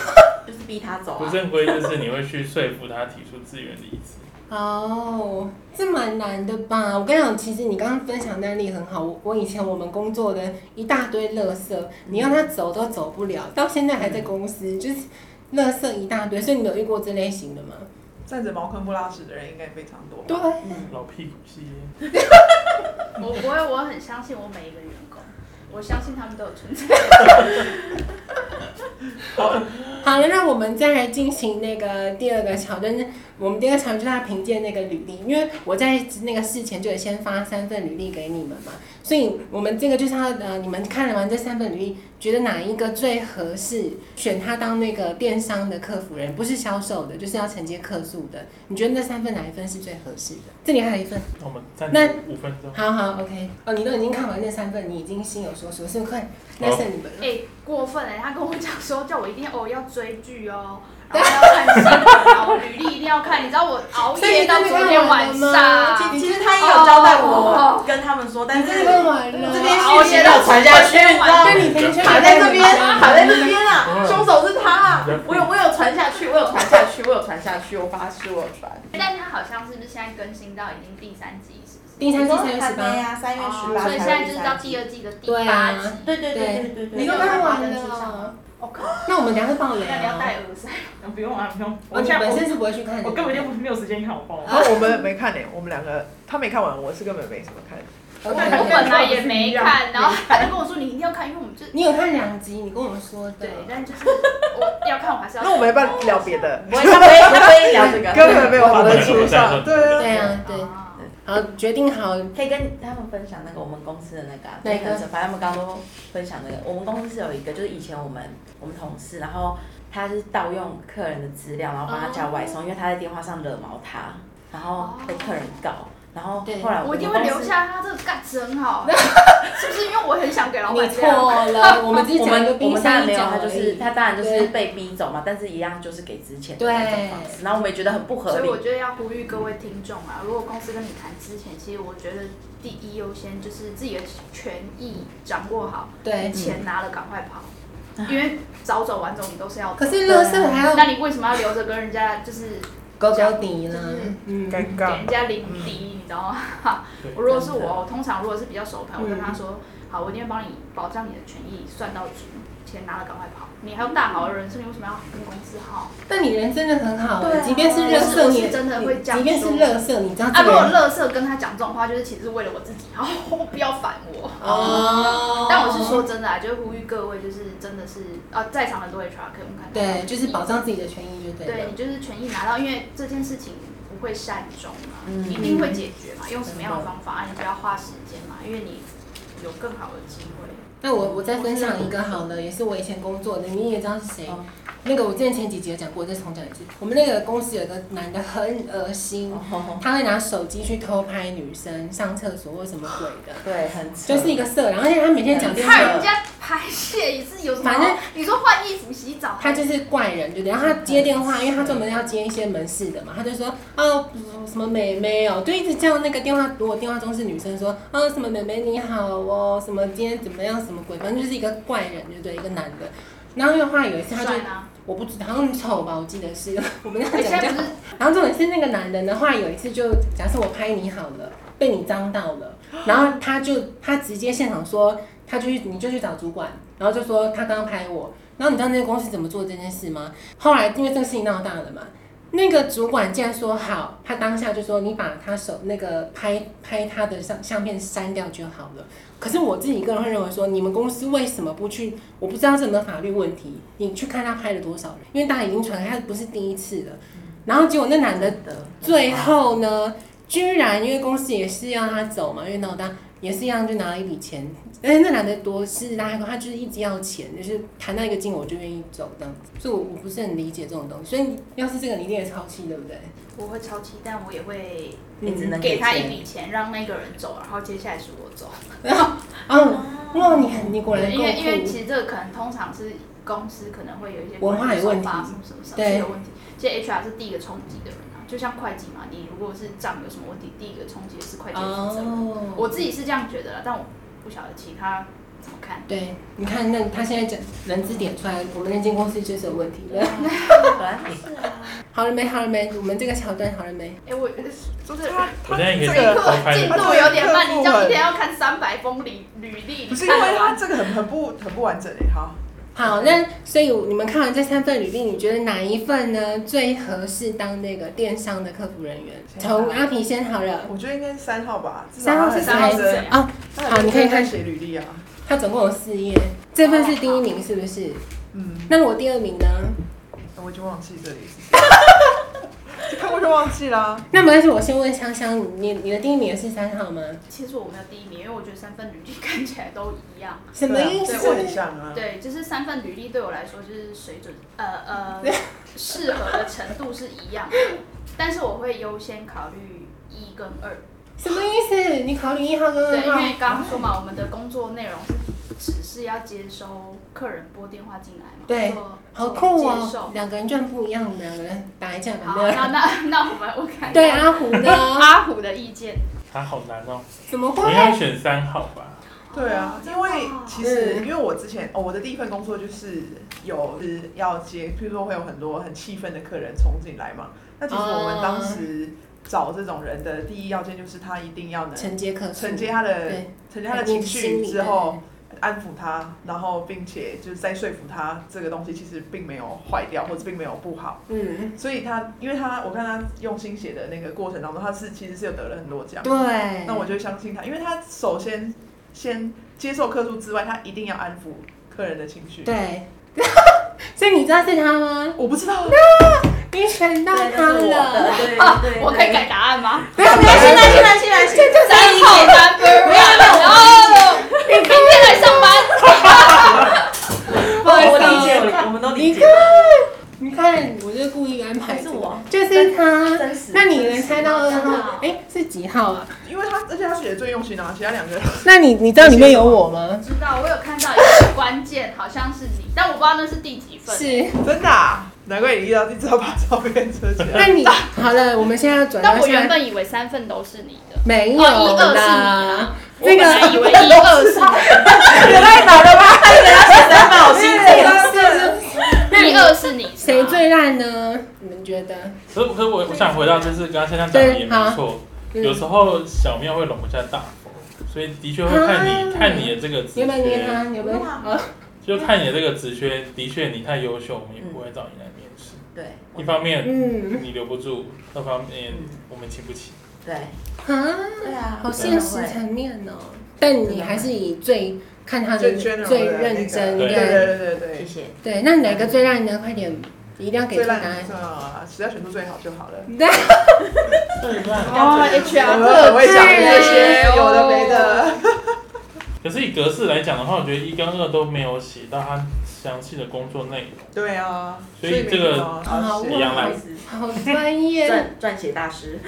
Speaker 6: 就是逼他走
Speaker 3: 不
Speaker 6: 啊。
Speaker 3: 正规就是你会去说服他提出自愿离职。
Speaker 2: 哦，这蛮难的吧？我跟你讲，其实你刚刚分享的案例很好。我我以前我们工作的一大堆垃圾，你让他走都走不了，到现在还在公司，就是垃圾一大堆，所以你们有遇过这类型的吗？
Speaker 4: 站着茅坑不拉屎的人应该非常多。
Speaker 2: 对，
Speaker 3: 老屁股吸烟。
Speaker 1: 我不会，我很相信我每一个员工，我相信他们都有存在。
Speaker 2: 好了，那我们再来进行那个第二个桥段。我们第二个桥段就是要凭借那个履历，因为我在那个事前就有先发三份履历给你们嘛，所以我们这个就是要呃，你们看完这三份履历，觉得哪一个最合适，选他当那个电商的客服人，不是销售的，就是要承接客诉的。你觉得那三份哪一份是最合适的？这里还有一份，
Speaker 3: 那我们暂
Speaker 2: 那
Speaker 3: 停五分钟。
Speaker 2: 好好，OK。哦，你都已经看完那三份，你已经心有所属，是不是？快，那剩你们了。
Speaker 1: 哎、过分了、他跟我讲说叫我一定要哦要追剧哦，然后要看新闻，然后履历一定要看，你知道我熬
Speaker 2: 所以
Speaker 1: 夜
Speaker 2: 你
Speaker 1: 到
Speaker 2: 真的
Speaker 1: 昨
Speaker 2: 看
Speaker 1: 天
Speaker 2: 完
Speaker 1: 晚
Speaker 2: 了吗
Speaker 1: 上，
Speaker 6: 其实他也有交代我跟他们说，但
Speaker 2: 你
Speaker 6: 是
Speaker 2: 真的问完了。
Speaker 6: 这边讯息让我传下去，你知道吗？
Speaker 2: 对你平时
Speaker 6: 卡在这边，卡在这边啊！
Speaker 3: 嗯
Speaker 6: 凶手是他啊！我有我有传下去，我有传下去，我有传下去，我发誓我有传。
Speaker 1: 但是他好像是不是现在更新到已经第三集是不是？
Speaker 2: 第三季三月十
Speaker 6: 还没
Speaker 2: 八，
Speaker 6: 啊，三月十
Speaker 1: 哦
Speaker 6: 八
Speaker 1: 所以
Speaker 6: 才
Speaker 1: 现在
Speaker 6: 会第
Speaker 1: 就是
Speaker 6: 三
Speaker 1: 到
Speaker 6: 集
Speaker 1: 第二季的第
Speaker 2: 对
Speaker 1: 八集。
Speaker 2: 啊
Speaker 6: 对对对对对对，
Speaker 2: 你都看完了。
Speaker 1: 我靠，
Speaker 2: 那我们等一下会爆雷
Speaker 1: 那你要
Speaker 2: 啊！
Speaker 1: 戴耳塞。
Speaker 6: 不用啊，不用。
Speaker 2: 哦，你本身哦是不会去看的，
Speaker 6: 不没有时间看，我爆
Speaker 4: 然后我们没看呢、我们两个他没看完，我是根本没什么看。
Speaker 2: 我
Speaker 6: 本
Speaker 1: 我本来也没看，然后
Speaker 6: 没
Speaker 1: 他就 跟我说你一定要看，因为我们就
Speaker 2: 你有看两集，你跟我说的
Speaker 1: 对，，但就是我要看我还是要。
Speaker 4: 那我们要不要聊别的？
Speaker 6: 我也不会，我不会聊这 个，
Speaker 4: 根本没有划得出
Speaker 3: 我
Speaker 4: 上。
Speaker 3: 们
Speaker 4: 对啊，
Speaker 2: 对啊，对，
Speaker 1: 啊
Speaker 2: 好，决定好，
Speaker 5: 可以跟他们分享那个我们公司的那个、啊，
Speaker 2: 哪个
Speaker 5: 就是反正他们刚刚都分享那个，我们公司是有一个，就是以前我们我们同事，然后他是盗用客人的资料，然后帮他叫外送，因为他在电话上惹毛他，然后被客人告，然后
Speaker 2: 对
Speaker 5: 后来
Speaker 1: 我一定
Speaker 5: 们公
Speaker 1: 会
Speaker 5: 司
Speaker 1: 留。下他这个干词很 好，是不是？因为我很想给老
Speaker 2: 你
Speaker 1: 板这样。
Speaker 2: 错了，我们只是
Speaker 5: 我
Speaker 2: 讲一个
Speaker 5: 们我
Speaker 2: 冰
Speaker 5: 们当
Speaker 2: 山一
Speaker 5: 然没有，
Speaker 2: 角
Speaker 5: 他
Speaker 2: 而
Speaker 5: 就是
Speaker 2: 已。
Speaker 5: 他当然就
Speaker 2: 对
Speaker 5: 是被逼走嘛，但是一样就是给之前的那种方式，然后我们也觉得很不合
Speaker 1: 所以
Speaker 5: 理
Speaker 1: 我，觉得要呼吁各位听众啊，如果公司跟你谈之前，其实我觉得第一优先就是自己的权益掌握好，
Speaker 2: 对，嗯
Speaker 1: 钱拿了赶快跑，因为早走晚走你都是要走。
Speaker 2: 可是乐色还
Speaker 1: 那
Speaker 2: 要
Speaker 1: 你为什么要留着跟人家就是
Speaker 2: 勾标底呢
Speaker 1: 就是，
Speaker 4: 尴
Speaker 2: 嗯，
Speaker 1: 给
Speaker 4: 尬
Speaker 1: 人。家领敌，你知道吗？
Speaker 3: 对
Speaker 1: 我如果是
Speaker 5: 嗯真的
Speaker 1: 我，我通常如果是比较熟的朋友，我
Speaker 2: 嗯
Speaker 1: 跟他说，好，我一定会帮你保障你的权益，算到足，钱拿了赶快跑。你还有大好的人生，你为什么要跟公司耗？
Speaker 2: 但你人真的很好
Speaker 5: 对
Speaker 2: 欸，
Speaker 5: 啊
Speaker 2: 即便是
Speaker 1: 我
Speaker 2: 乐
Speaker 1: 是
Speaker 2: 色，
Speaker 1: 我
Speaker 2: 你
Speaker 1: 是真的会这样
Speaker 2: 即便是
Speaker 1: 说
Speaker 2: 乐色，你知道
Speaker 1: 啊，
Speaker 2: 这
Speaker 1: 如
Speaker 2: 个
Speaker 1: 果
Speaker 2: 人
Speaker 1: 乐色跟他讲这种话，就是其实是为了我自己，然后不要烦我。
Speaker 2: 哦，
Speaker 1: 但我是说真的啊，就是呼吁各位，就是真的是啊，在场很多 HR 可以我们看到，
Speaker 2: 对，就是保障自己的权益就对了。
Speaker 1: 对你就是权益拿到，因为这件事情不会善终嘛，
Speaker 5: 嗯
Speaker 1: 一定会解决嘛，用什么
Speaker 2: 嗯
Speaker 1: 样的方法啊？你不要花时间嘛，因为你有更好的机会。
Speaker 2: 那我我再分享一个好了，也是我以前工作的，你也知道是谁。
Speaker 5: 哦
Speaker 2: 那个我之前前几集有讲过，再重讲一次。我们那个公司有个男的很恶心，
Speaker 5: 哦
Speaker 2: 他会拿手机去偷拍女生上厕所或什么鬼的，
Speaker 6: 哦
Speaker 5: 对，很扯
Speaker 2: 就是一个色狼，而且他每天讲这
Speaker 1: 看人
Speaker 2: 个，
Speaker 1: 家排泄也是有什么？
Speaker 2: 反正
Speaker 1: 你说换衣服、洗澡，
Speaker 2: 他就是怪人，对不对？然后他接电话，因为他专门要接一些门市的嘛，他就说啊什么美眉哦，就一直叫那个电话，如果电话中是女生说啊什么美眉你好哦，什么今天怎么样什么鬼，反正就是一个怪人，对不对？一个男的。然后的话有一次他就
Speaker 1: 帅吗？
Speaker 2: 我不知道，好像很丑吧，我记得是我们那
Speaker 1: 哎
Speaker 2: 样
Speaker 1: 啊现
Speaker 2: 讲
Speaker 1: 在
Speaker 2: 就
Speaker 1: 不
Speaker 2: 好
Speaker 1: 是。
Speaker 2: 然后重点是那个男人的话，有一次就假设我拍你好了，被你脏到了，然后他就他直接现场说，他就去你就去找主管，然后就说他刚刚拍我。然后你知道那个公司怎么做这件事吗？后来因为这个事情闹大了嘛，那个主管竟然说好，他当下就说你把他手那个拍拍他的相相片删掉就好了。可是我自己个人会认为说，你们公司为什么不去？我不知道这有没有法律问题，你去看他拍了多少人，因为大家已经传开，他不是第一次了。然后结果那男的
Speaker 5: 真的
Speaker 2: 最后呢，居然因为公司也是要他走嘛，因为闹大也是一样，就拿了一笔钱。而且那男的多是拉黑，他就是一直要钱，就是谈到一个金额我就愿意走这样子。所以我我不是很理解这种东西。所以要是这个你一定也超气，对不对？
Speaker 1: 我会超期待，我也会
Speaker 5: 也只能
Speaker 1: 给他
Speaker 5: 钱
Speaker 1: 一笔钱，让那个人走，然后接下来是我走。
Speaker 2: 哦，哇，你很你果然
Speaker 1: 因
Speaker 2: 够
Speaker 1: 为因为
Speaker 2: 酷。
Speaker 1: 其实这个可能通常是公司可能会有一些
Speaker 2: 文化有问题
Speaker 1: 手法什么什么什么
Speaker 2: 对
Speaker 1: 是有问题。其实 HR 是第一个冲击的人啊，就像会计嘛，你如果是账有什么问题，第一个冲击的是会计负责人。
Speaker 2: 哦，
Speaker 1: 我自己是这样觉得啦，但我不晓得其他怎么看。
Speaker 2: 对，你看那他现在讲人资点出来，我们那间公司就是有问题了。
Speaker 5: 本来就是啊，
Speaker 2: 好了没？好了没？我们这个桥段好了没？
Speaker 1: 哎、我就是
Speaker 3: 我现在也可
Speaker 4: 这
Speaker 3: 以
Speaker 1: 这
Speaker 4: 个
Speaker 3: 偷
Speaker 1: 个
Speaker 3: 拍
Speaker 1: 进
Speaker 3: 的，
Speaker 1: 度有点慢，你这样一天要看三百封履履历，
Speaker 4: 不是
Speaker 1: 你
Speaker 4: 因
Speaker 1: 看
Speaker 4: 为
Speaker 1: 了吗
Speaker 4: 他这个很很不很不完整诶、欸，好，
Speaker 2: 好，那所以你们看完这三份履历，你觉得哪一份呢最合适当那个电商的客服人员？从阿皮先好了，
Speaker 4: 我觉得应该是三号吧，至少
Speaker 2: 三号是
Speaker 4: 他
Speaker 2: 谁
Speaker 4: 很认真
Speaker 2: 啊？
Speaker 4: 他很
Speaker 2: 好你可以
Speaker 4: 认真在
Speaker 2: 看
Speaker 4: 写履历啊。
Speaker 2: 他总共有四页，这份是第一名是不是？
Speaker 4: 嗯，
Speaker 2: 那我第二名呢？
Speaker 4: 我就忘记这里是 谁，就看过就忘记啦。
Speaker 2: 那没关系，我先问香香，你你的第一名是三号吗？
Speaker 1: 其实我没有第一名，因为我觉得三份履历 看起来都一样。
Speaker 2: 什么意思？
Speaker 4: 对啊这很像啊。
Speaker 1: 对，就是三份履历对我来说就是水准，呃呃，适合的程度是一样的，但是我会优先考虑一跟二。
Speaker 2: 什么意思？你考虑一号跟
Speaker 1: 对，因
Speaker 2: 二
Speaker 1: 为
Speaker 2: 号？
Speaker 1: 刚刚说嘛，我们的工作内容是只是要接收客人拨电话进来嘛，
Speaker 2: 对
Speaker 1: 做
Speaker 2: 好
Speaker 1: 做
Speaker 2: 酷
Speaker 1: 接
Speaker 2: 哦
Speaker 1: 受！。
Speaker 2: 两个人赚不一样，两个人打一架吧。
Speaker 1: 好，那那那我们我看
Speaker 2: 对啊阿虎 呢？
Speaker 1: 阿虎的意见，
Speaker 3: 他好难哦，
Speaker 2: 怎么
Speaker 3: 我
Speaker 2: 会
Speaker 3: 应？该选三号吧。
Speaker 4: 对
Speaker 1: 哦
Speaker 4: 啊，因为其
Speaker 2: 嗯
Speaker 4: 实因为我之前哦，我的第一份工作就是有是要接，譬如说会有很多很气愤的客人冲进来嘛。那其实我
Speaker 2: 哦
Speaker 4: 们当时找这种人的第一要件就是他一定要能
Speaker 2: 承接客诉，
Speaker 4: 承接他的
Speaker 2: 对
Speaker 4: 承接他的
Speaker 2: 你
Speaker 4: 情
Speaker 2: 心
Speaker 4: 绪
Speaker 2: 里
Speaker 4: 之后，安抚他，然后并且就是再说服他这个东西其实并没有坏掉，或者并没有不好。
Speaker 2: 对嗯，
Speaker 4: 所以他因为他我看他用心写的那个过程当中，他是其实是有得了很多奖。
Speaker 2: 对。
Speaker 4: 嗯那我就相信他，因为他首先先接受客诉之外，他一定要安抚客人的情绪。，
Speaker 2: 对，所以你知道是他吗？
Speaker 4: 我不知道，
Speaker 2: 你选到
Speaker 5: 对，这
Speaker 2: 他
Speaker 5: 是我的，
Speaker 2: 了。
Speaker 5: 对对
Speaker 1: 啊
Speaker 5: 对，
Speaker 1: 我可以改答案吗？
Speaker 2: 不要不要，
Speaker 5: 现在现在现在现在
Speaker 1: 三号单分，不要哦，你明天来上班。
Speaker 5: 我理解，我我们都理
Speaker 2: 你
Speaker 5: 解
Speaker 2: 看。，你看，我就故意安排
Speaker 5: 还是我，
Speaker 2: 就是他。
Speaker 5: 真实。
Speaker 2: 那你能猜到二
Speaker 1: 真的
Speaker 2: 号
Speaker 1: 哦？
Speaker 2: 哎，是几号啊？
Speaker 4: 因为他而且他写的最用心啊，其他两个
Speaker 2: 那你你知道里面有我吗？
Speaker 1: 知道，我有看到一个关键，好像是你，但我不知道那是第几份。
Speaker 2: 是。
Speaker 4: 真的、啊，难怪你一直要把照片遮起
Speaker 2: 那
Speaker 4: 来。
Speaker 2: 你好了，我们现在要转
Speaker 1: 但
Speaker 2: 到
Speaker 1: 我原
Speaker 2: 下。
Speaker 1: 本以为三份都是你的，
Speaker 2: 没有
Speaker 1: 哦，一二是你
Speaker 2: 啦
Speaker 1: 啊，。
Speaker 2: 这
Speaker 1: 我本来以
Speaker 2: 个
Speaker 1: 为一二是你
Speaker 2: 也太早了吧？
Speaker 5: 三号心碎。
Speaker 1: 的，一二是你的啊
Speaker 2: 谁最烂呢？你们觉得？
Speaker 3: 可是可是我我想回到就是刚刚香香讲的也没错，
Speaker 2: 嗯
Speaker 3: 有时候小庙会容不下大佛，所以的确会看你、
Speaker 2: 啊
Speaker 3: 看你的这个
Speaker 2: 有
Speaker 3: 职
Speaker 2: 没有捏
Speaker 3: 缺，
Speaker 2: 他？有没有？啊
Speaker 3: 就看你的这个职缺，的确你太优秀，我们也不会找你来面试。
Speaker 5: 对
Speaker 3: 一方面
Speaker 2: 嗯，
Speaker 3: 你留不住，二方面我们请不起。
Speaker 5: 对
Speaker 2: 啊。
Speaker 5: 对啊，
Speaker 2: 好现实层面哦。但你还是以最看他的
Speaker 4: 最 general 的
Speaker 2: 最认真，
Speaker 4: 那个
Speaker 3: 对
Speaker 4: 对
Speaker 2: 对
Speaker 4: 对对
Speaker 5: 谢
Speaker 4: 对
Speaker 5: 谢。
Speaker 2: 对。那哪个最烂呢？快点，一定要
Speaker 4: 对，
Speaker 2: 给
Speaker 4: 最
Speaker 2: 出答
Speaker 4: 烂
Speaker 2: 案。
Speaker 4: 啊，只要选出最好就好了。
Speaker 2: 对，
Speaker 3: 对吧？
Speaker 1: 哦
Speaker 4: 我
Speaker 1: ，HR
Speaker 4: 们很会讲这
Speaker 1: 对
Speaker 4: 些
Speaker 2: 哦
Speaker 1: 啊
Speaker 4: 有的没的，
Speaker 3: 可是以格式来讲的话，我觉得一跟二都没有写到他详细的工作内容。
Speaker 4: 对啊，
Speaker 3: 所以这个啊
Speaker 4: 好
Speaker 3: 一样烂
Speaker 2: 好专业。
Speaker 5: 撰撰写大师，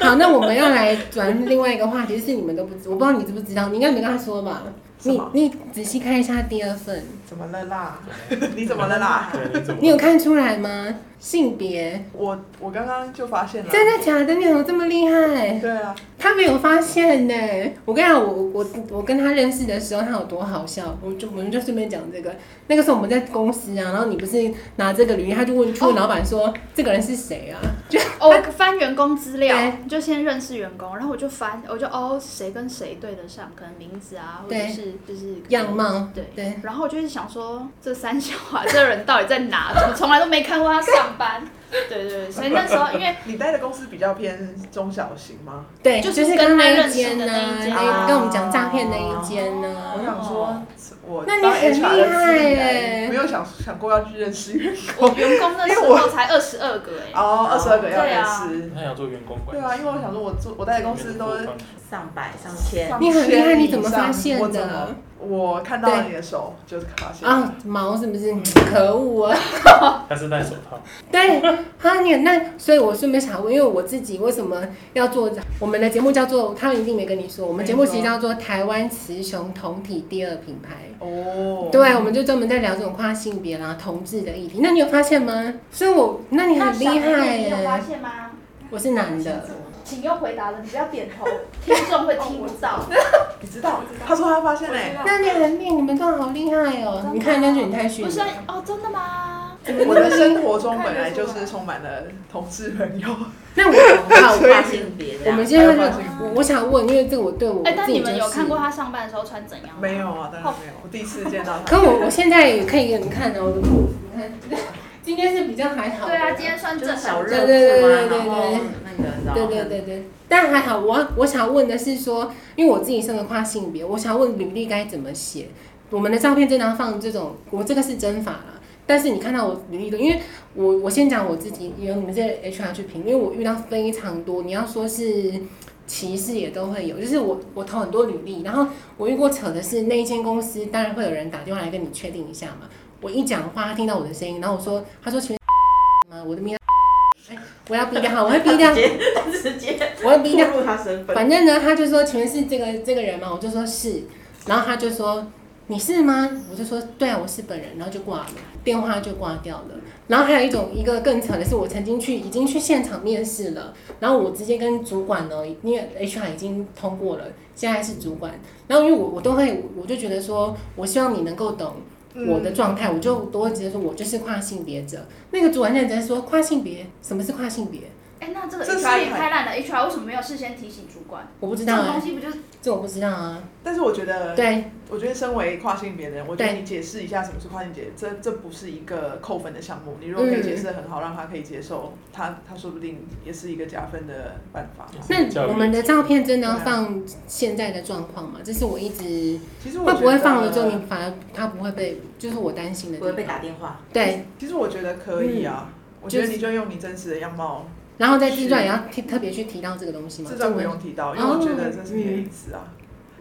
Speaker 2: 好，那我们要来转另外一个话题，是你们都不知，我不知道你知不知道，你应该没跟他说吧？
Speaker 4: 什
Speaker 2: 你
Speaker 4: 么
Speaker 2: 你仔细看一下第二份，
Speaker 4: 怎么了啦？ 你怎么了啦？
Speaker 3: 对，你怎么
Speaker 2: 你有
Speaker 4: 啊
Speaker 2: 看出来吗？性别？
Speaker 4: 我我刚刚就发现了，
Speaker 2: 真的假的？你怎么这么厉害？
Speaker 4: 对啊，
Speaker 2: 他没有发现呢、我跟你讲，我我我跟他认识的时候，他有多好笑，我就我们就顺便讲这个。那个时候我们在公司啊，然后你不是拿这个履历，他就问去问老板说、这个人是谁啊？就
Speaker 1: 哦，我翻员工资料
Speaker 2: 对，
Speaker 1: 就先认识员工，然后我就翻，我就哦，谁跟谁对得上，可能名字啊，或者
Speaker 2: 对
Speaker 1: 是就是
Speaker 2: 样。貌，
Speaker 1: 对
Speaker 2: 对。
Speaker 1: 然后我就是想说，这三小啊，这人到底在哪？怎么从来都没看过他上班？对对对，所以那时候因为
Speaker 4: 你待的公司比较偏中小型吗？
Speaker 2: 对，
Speaker 1: 就是
Speaker 2: 是
Speaker 1: 跟
Speaker 2: 刚
Speaker 1: 他
Speaker 2: 那一
Speaker 1: 认识
Speaker 2: 间
Speaker 1: 的
Speaker 2: 呢、
Speaker 1: 那一间哦
Speaker 2: 那
Speaker 4: 啊
Speaker 2: 跟我们讲诈骗那一间啊呢、
Speaker 4: 我想说，我
Speaker 2: 那你
Speaker 4: 当
Speaker 2: 很
Speaker 4: HR
Speaker 2: 厉
Speaker 4: 的资历
Speaker 2: 害
Speaker 4: 来
Speaker 2: 耶
Speaker 4: 没有想想过要去认识员
Speaker 1: 我
Speaker 4: 工
Speaker 1: 员工那时
Speaker 4: 因为
Speaker 1: 候才二十二个哎、
Speaker 4: 哦，二十二个要
Speaker 1: 对
Speaker 4: 认
Speaker 1: 啊
Speaker 4: 识。
Speaker 3: 他想做员工管
Speaker 4: 对
Speaker 3: 理？
Speaker 4: 啊，因为我想说，我做我待的公司都是
Speaker 5: 上百上千，
Speaker 4: 上
Speaker 2: 你很厉害
Speaker 4: 千
Speaker 2: 你怎么
Speaker 4: 以上
Speaker 2: 发现
Speaker 4: 我怎
Speaker 2: 的
Speaker 4: 么我看到了你的手，就是发现。
Speaker 2: 啊，毛是不是？可恶啊！
Speaker 3: 他是戴手套，
Speaker 2: 对，哈你那，所以我顺便想问，因为我自己为什么要做我们的节目叫做，他们一定没跟你说，我们节目其实叫做台湾雌雄同体第二品牌。
Speaker 4: 哦，
Speaker 2: 对，啊我们就专门在聊这种跨性别啦、同志的议题。那你有发现吗？所以我，那哦你很厉害欸耶、
Speaker 1: 现吗？
Speaker 2: 我是男的，
Speaker 1: 请用回答了，你不要点头，听众会听不到。
Speaker 4: 你知道？他说他发现嘞，
Speaker 2: 那你很厉害，你们真的好厉害哦、你看，那就你太 逊
Speaker 1: 啊不
Speaker 2: 了
Speaker 1: 是。啊哦，真的吗？
Speaker 4: 哎我的生活中本来就是充满了同志朋友，
Speaker 2: 那我好，
Speaker 5: 跨性别这
Speaker 2: 我
Speaker 5: 样
Speaker 2: 们。现在就是
Speaker 4: 还有发现
Speaker 2: 我我想问，因为这个我对我
Speaker 1: 哎、但
Speaker 2: 自己
Speaker 1: 你
Speaker 2: 就
Speaker 1: 们
Speaker 2: 是
Speaker 1: 有看过他上班的时候穿怎样吗？
Speaker 4: 没有啊，当然没有，我第一次见到他。
Speaker 2: 可我我现在也可以给你们看啊的，我的裤子，你看， 今天是比较还好的。
Speaker 1: 对啊，今天穿
Speaker 5: 就
Speaker 1: 正
Speaker 5: 是小
Speaker 1: 常
Speaker 5: 热
Speaker 2: 对
Speaker 5: 裤
Speaker 2: 对对对
Speaker 5: 嘛，
Speaker 2: 对
Speaker 5: 然后那个你知道
Speaker 2: 对对对对，但还好，我我想问的是说，因为我自己是个跨性别，我想问履历该怎么写。我们的照片真的要放这种，我这个是真法啦。但是你看到我履历的，因为我我先讲我自己，由你们这些 HR 去评，因为我遇到非常多，你要说是歧视也都会有，就是我我投很多履历，然后我遇过扯的是那一间公司，当然会有人打电话来跟你确定一下嘛。我一讲话，他听到我的声音，然后我说，他说请问吗？ 我的名字，哎，我要逼掉，好，我会逼掉
Speaker 5: 直，接直接
Speaker 2: 我会逼
Speaker 5: 暴
Speaker 2: 掉。
Speaker 5: 露他身份，
Speaker 2: 反正呢，他就说请问是这个这个人吗？我就说是，然后他就说你是吗？我就说对啊，我是本人，然后就挂了，电话就挂掉了。然后还有一种一个更扯的是，我曾经去已经去现场面试了，然后我直接跟主管呢，因为 HR 已经通过了，现在是主管，然后因为我我都会我就觉得说，我希望你能够懂。我
Speaker 4: 嗯
Speaker 2: 的状态，我就都会直接说，我就是跨性别者。那个主管认真说，跨性别，什么是跨性别？
Speaker 1: 哎、那这个
Speaker 4: 这是
Speaker 1: HR 也太烂了，HR 为什么没有事先提醒主管？
Speaker 2: 我不知
Speaker 1: 这
Speaker 2: 道
Speaker 1: 种
Speaker 2: 啊
Speaker 1: 东，西不就是
Speaker 2: 这我不知道啊。
Speaker 4: 但是我觉得，
Speaker 2: 对，
Speaker 4: 我觉得身为跨性别的人，我觉得
Speaker 2: 对
Speaker 4: 你解释一下什么是跨性别，这这不是一个扣分的项目。你如果可以解释的很好，让他可以接受，他他说不定也是一个加分的办法。
Speaker 2: 那我们的照片真的要
Speaker 4: 对啊
Speaker 2: 放现在的状况吗？这是我一直
Speaker 4: 其实我
Speaker 2: 会
Speaker 4: 觉得
Speaker 2: 不会放了之后，你反而他不会被，就是我担心的
Speaker 5: 不
Speaker 2: 地方。
Speaker 5: 会被打电话。
Speaker 2: 对，
Speaker 4: 其实我觉得可以
Speaker 2: 嗯
Speaker 4: 啊。我觉得你就用你真实的样貌，
Speaker 2: 然后在自传也要提特别去提到这个东西吗？
Speaker 4: 这段不
Speaker 2: 这个
Speaker 4: 用提到，因为我觉得这是你的隐私啊。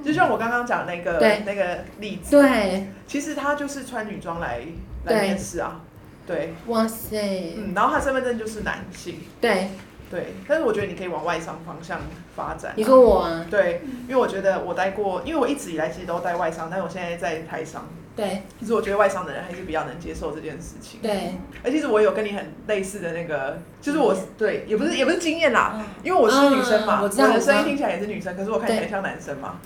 Speaker 4: 就像我刚刚讲那个
Speaker 2: 哦对
Speaker 4: 那个例子，
Speaker 2: 对，
Speaker 4: 其实他就是穿女装来
Speaker 2: 对
Speaker 4: 来面试啊，对，
Speaker 2: 哇塞，
Speaker 4: 嗯，然后他身份证就是男性，
Speaker 2: 对，
Speaker 4: 对，但是我觉得你可以往外商方向发展啊、
Speaker 2: 你说我啊，
Speaker 4: 对，因为我觉得我待过，因为我一直以来其实都待外商，但我现在在台商。
Speaker 2: 对
Speaker 4: 其实我觉得外商的人还是比较能接受这件事情。
Speaker 2: 对，
Speaker 4: 而其实我有跟你很类似的那个，就是我
Speaker 5: 经验
Speaker 4: 对也不是也不是经验啦，
Speaker 2: 嗯
Speaker 4: 因为我是女生嘛，
Speaker 2: 嗯我
Speaker 4: 我
Speaker 2: 知道
Speaker 4: 的声
Speaker 2: 我知
Speaker 4: 音
Speaker 2: 道
Speaker 4: 听起来也是女生，可是我看起来
Speaker 2: 对
Speaker 4: 像男生嘛，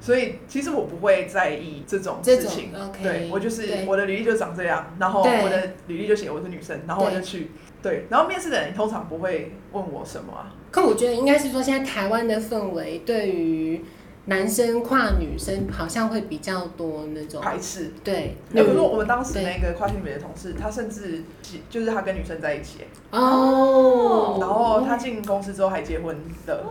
Speaker 4: 所以其实我不会在意这种
Speaker 2: 这
Speaker 4: 事
Speaker 2: 种
Speaker 4: 情。
Speaker 2: OK，
Speaker 4: 对我就是
Speaker 2: 对
Speaker 4: 我的履历就长这样，然后
Speaker 2: 对
Speaker 4: 我的履历就写我是女生，然后我就
Speaker 2: 对
Speaker 4: 去对，然后面试的人通常不会问我什么啊，
Speaker 2: 可我觉得应该是说，现在台湾的氛围对于男生跨女生好像会比较多那种，
Speaker 4: 排斥
Speaker 2: 对，
Speaker 4: 哎，可是
Speaker 2: 嗯
Speaker 4: 我们当时那个跨性别的同事，他甚至就是他跟女生在一起，
Speaker 2: 哦，
Speaker 4: 然后他进公司之后还结婚的，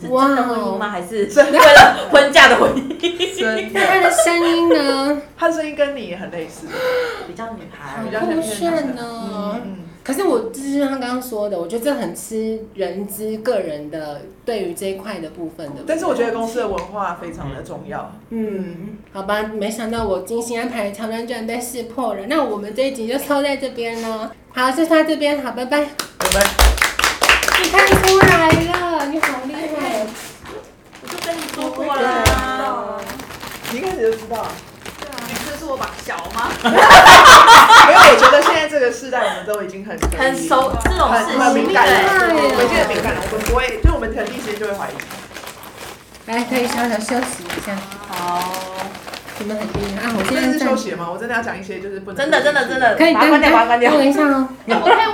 Speaker 5: 是
Speaker 2: 哇哦
Speaker 5: 真的婚姻吗？还是
Speaker 4: 真
Speaker 5: 为了婚嫁的婚姻？
Speaker 4: 真
Speaker 2: 那他
Speaker 4: 的，
Speaker 2: 的声音呢？
Speaker 4: 他的声音跟你也很类似，
Speaker 5: 比较女孩
Speaker 2: 好
Speaker 4: 比较
Speaker 2: 酷
Speaker 4: 像
Speaker 2: 炫哦
Speaker 4: 呢
Speaker 2: 呢。
Speaker 4: 嗯，
Speaker 2: 可是我就是像他刚刚说的，我觉得这很吃人之个人的对于这一块的部分的。对不对
Speaker 4: 嗯但是我觉得公司的文化非常的重要，
Speaker 2: 嗯，好吧，没想到我精心安排的桥段居然被识破了。那我们这一集就收在这边了。好，就到这边，好，拜拜。
Speaker 4: 我
Speaker 2: 你
Speaker 4: 们
Speaker 2: 看出来了，你好厉害。
Speaker 5: 我就跟你说过
Speaker 6: 我也
Speaker 5: 啦
Speaker 6: 不知道啊。
Speaker 4: 你一开始就知 道，
Speaker 6: 你是说我把小吗？
Speaker 4: 没有，我觉得现在这个时代我们都已经很可以
Speaker 5: 很熟这种
Speaker 4: 很
Speaker 5: 事
Speaker 4: 很
Speaker 5: 情，
Speaker 4: 敏感了，
Speaker 2: 对
Speaker 4: 我们现在敏感了，我们不会，就我们可能第一时间就会怀疑，
Speaker 2: 来，哎可以稍稍休息一下。
Speaker 5: 好，
Speaker 2: 你们很厉害啊！我现
Speaker 4: 真的
Speaker 2: 在
Speaker 4: 是
Speaker 2: 在
Speaker 4: 休息吗？我真的要讲一些就是不能
Speaker 5: 真的真的真的，
Speaker 2: 可以
Speaker 5: 把它关掉，把它关掉。
Speaker 2: 等一下哦。
Speaker 1: 我可以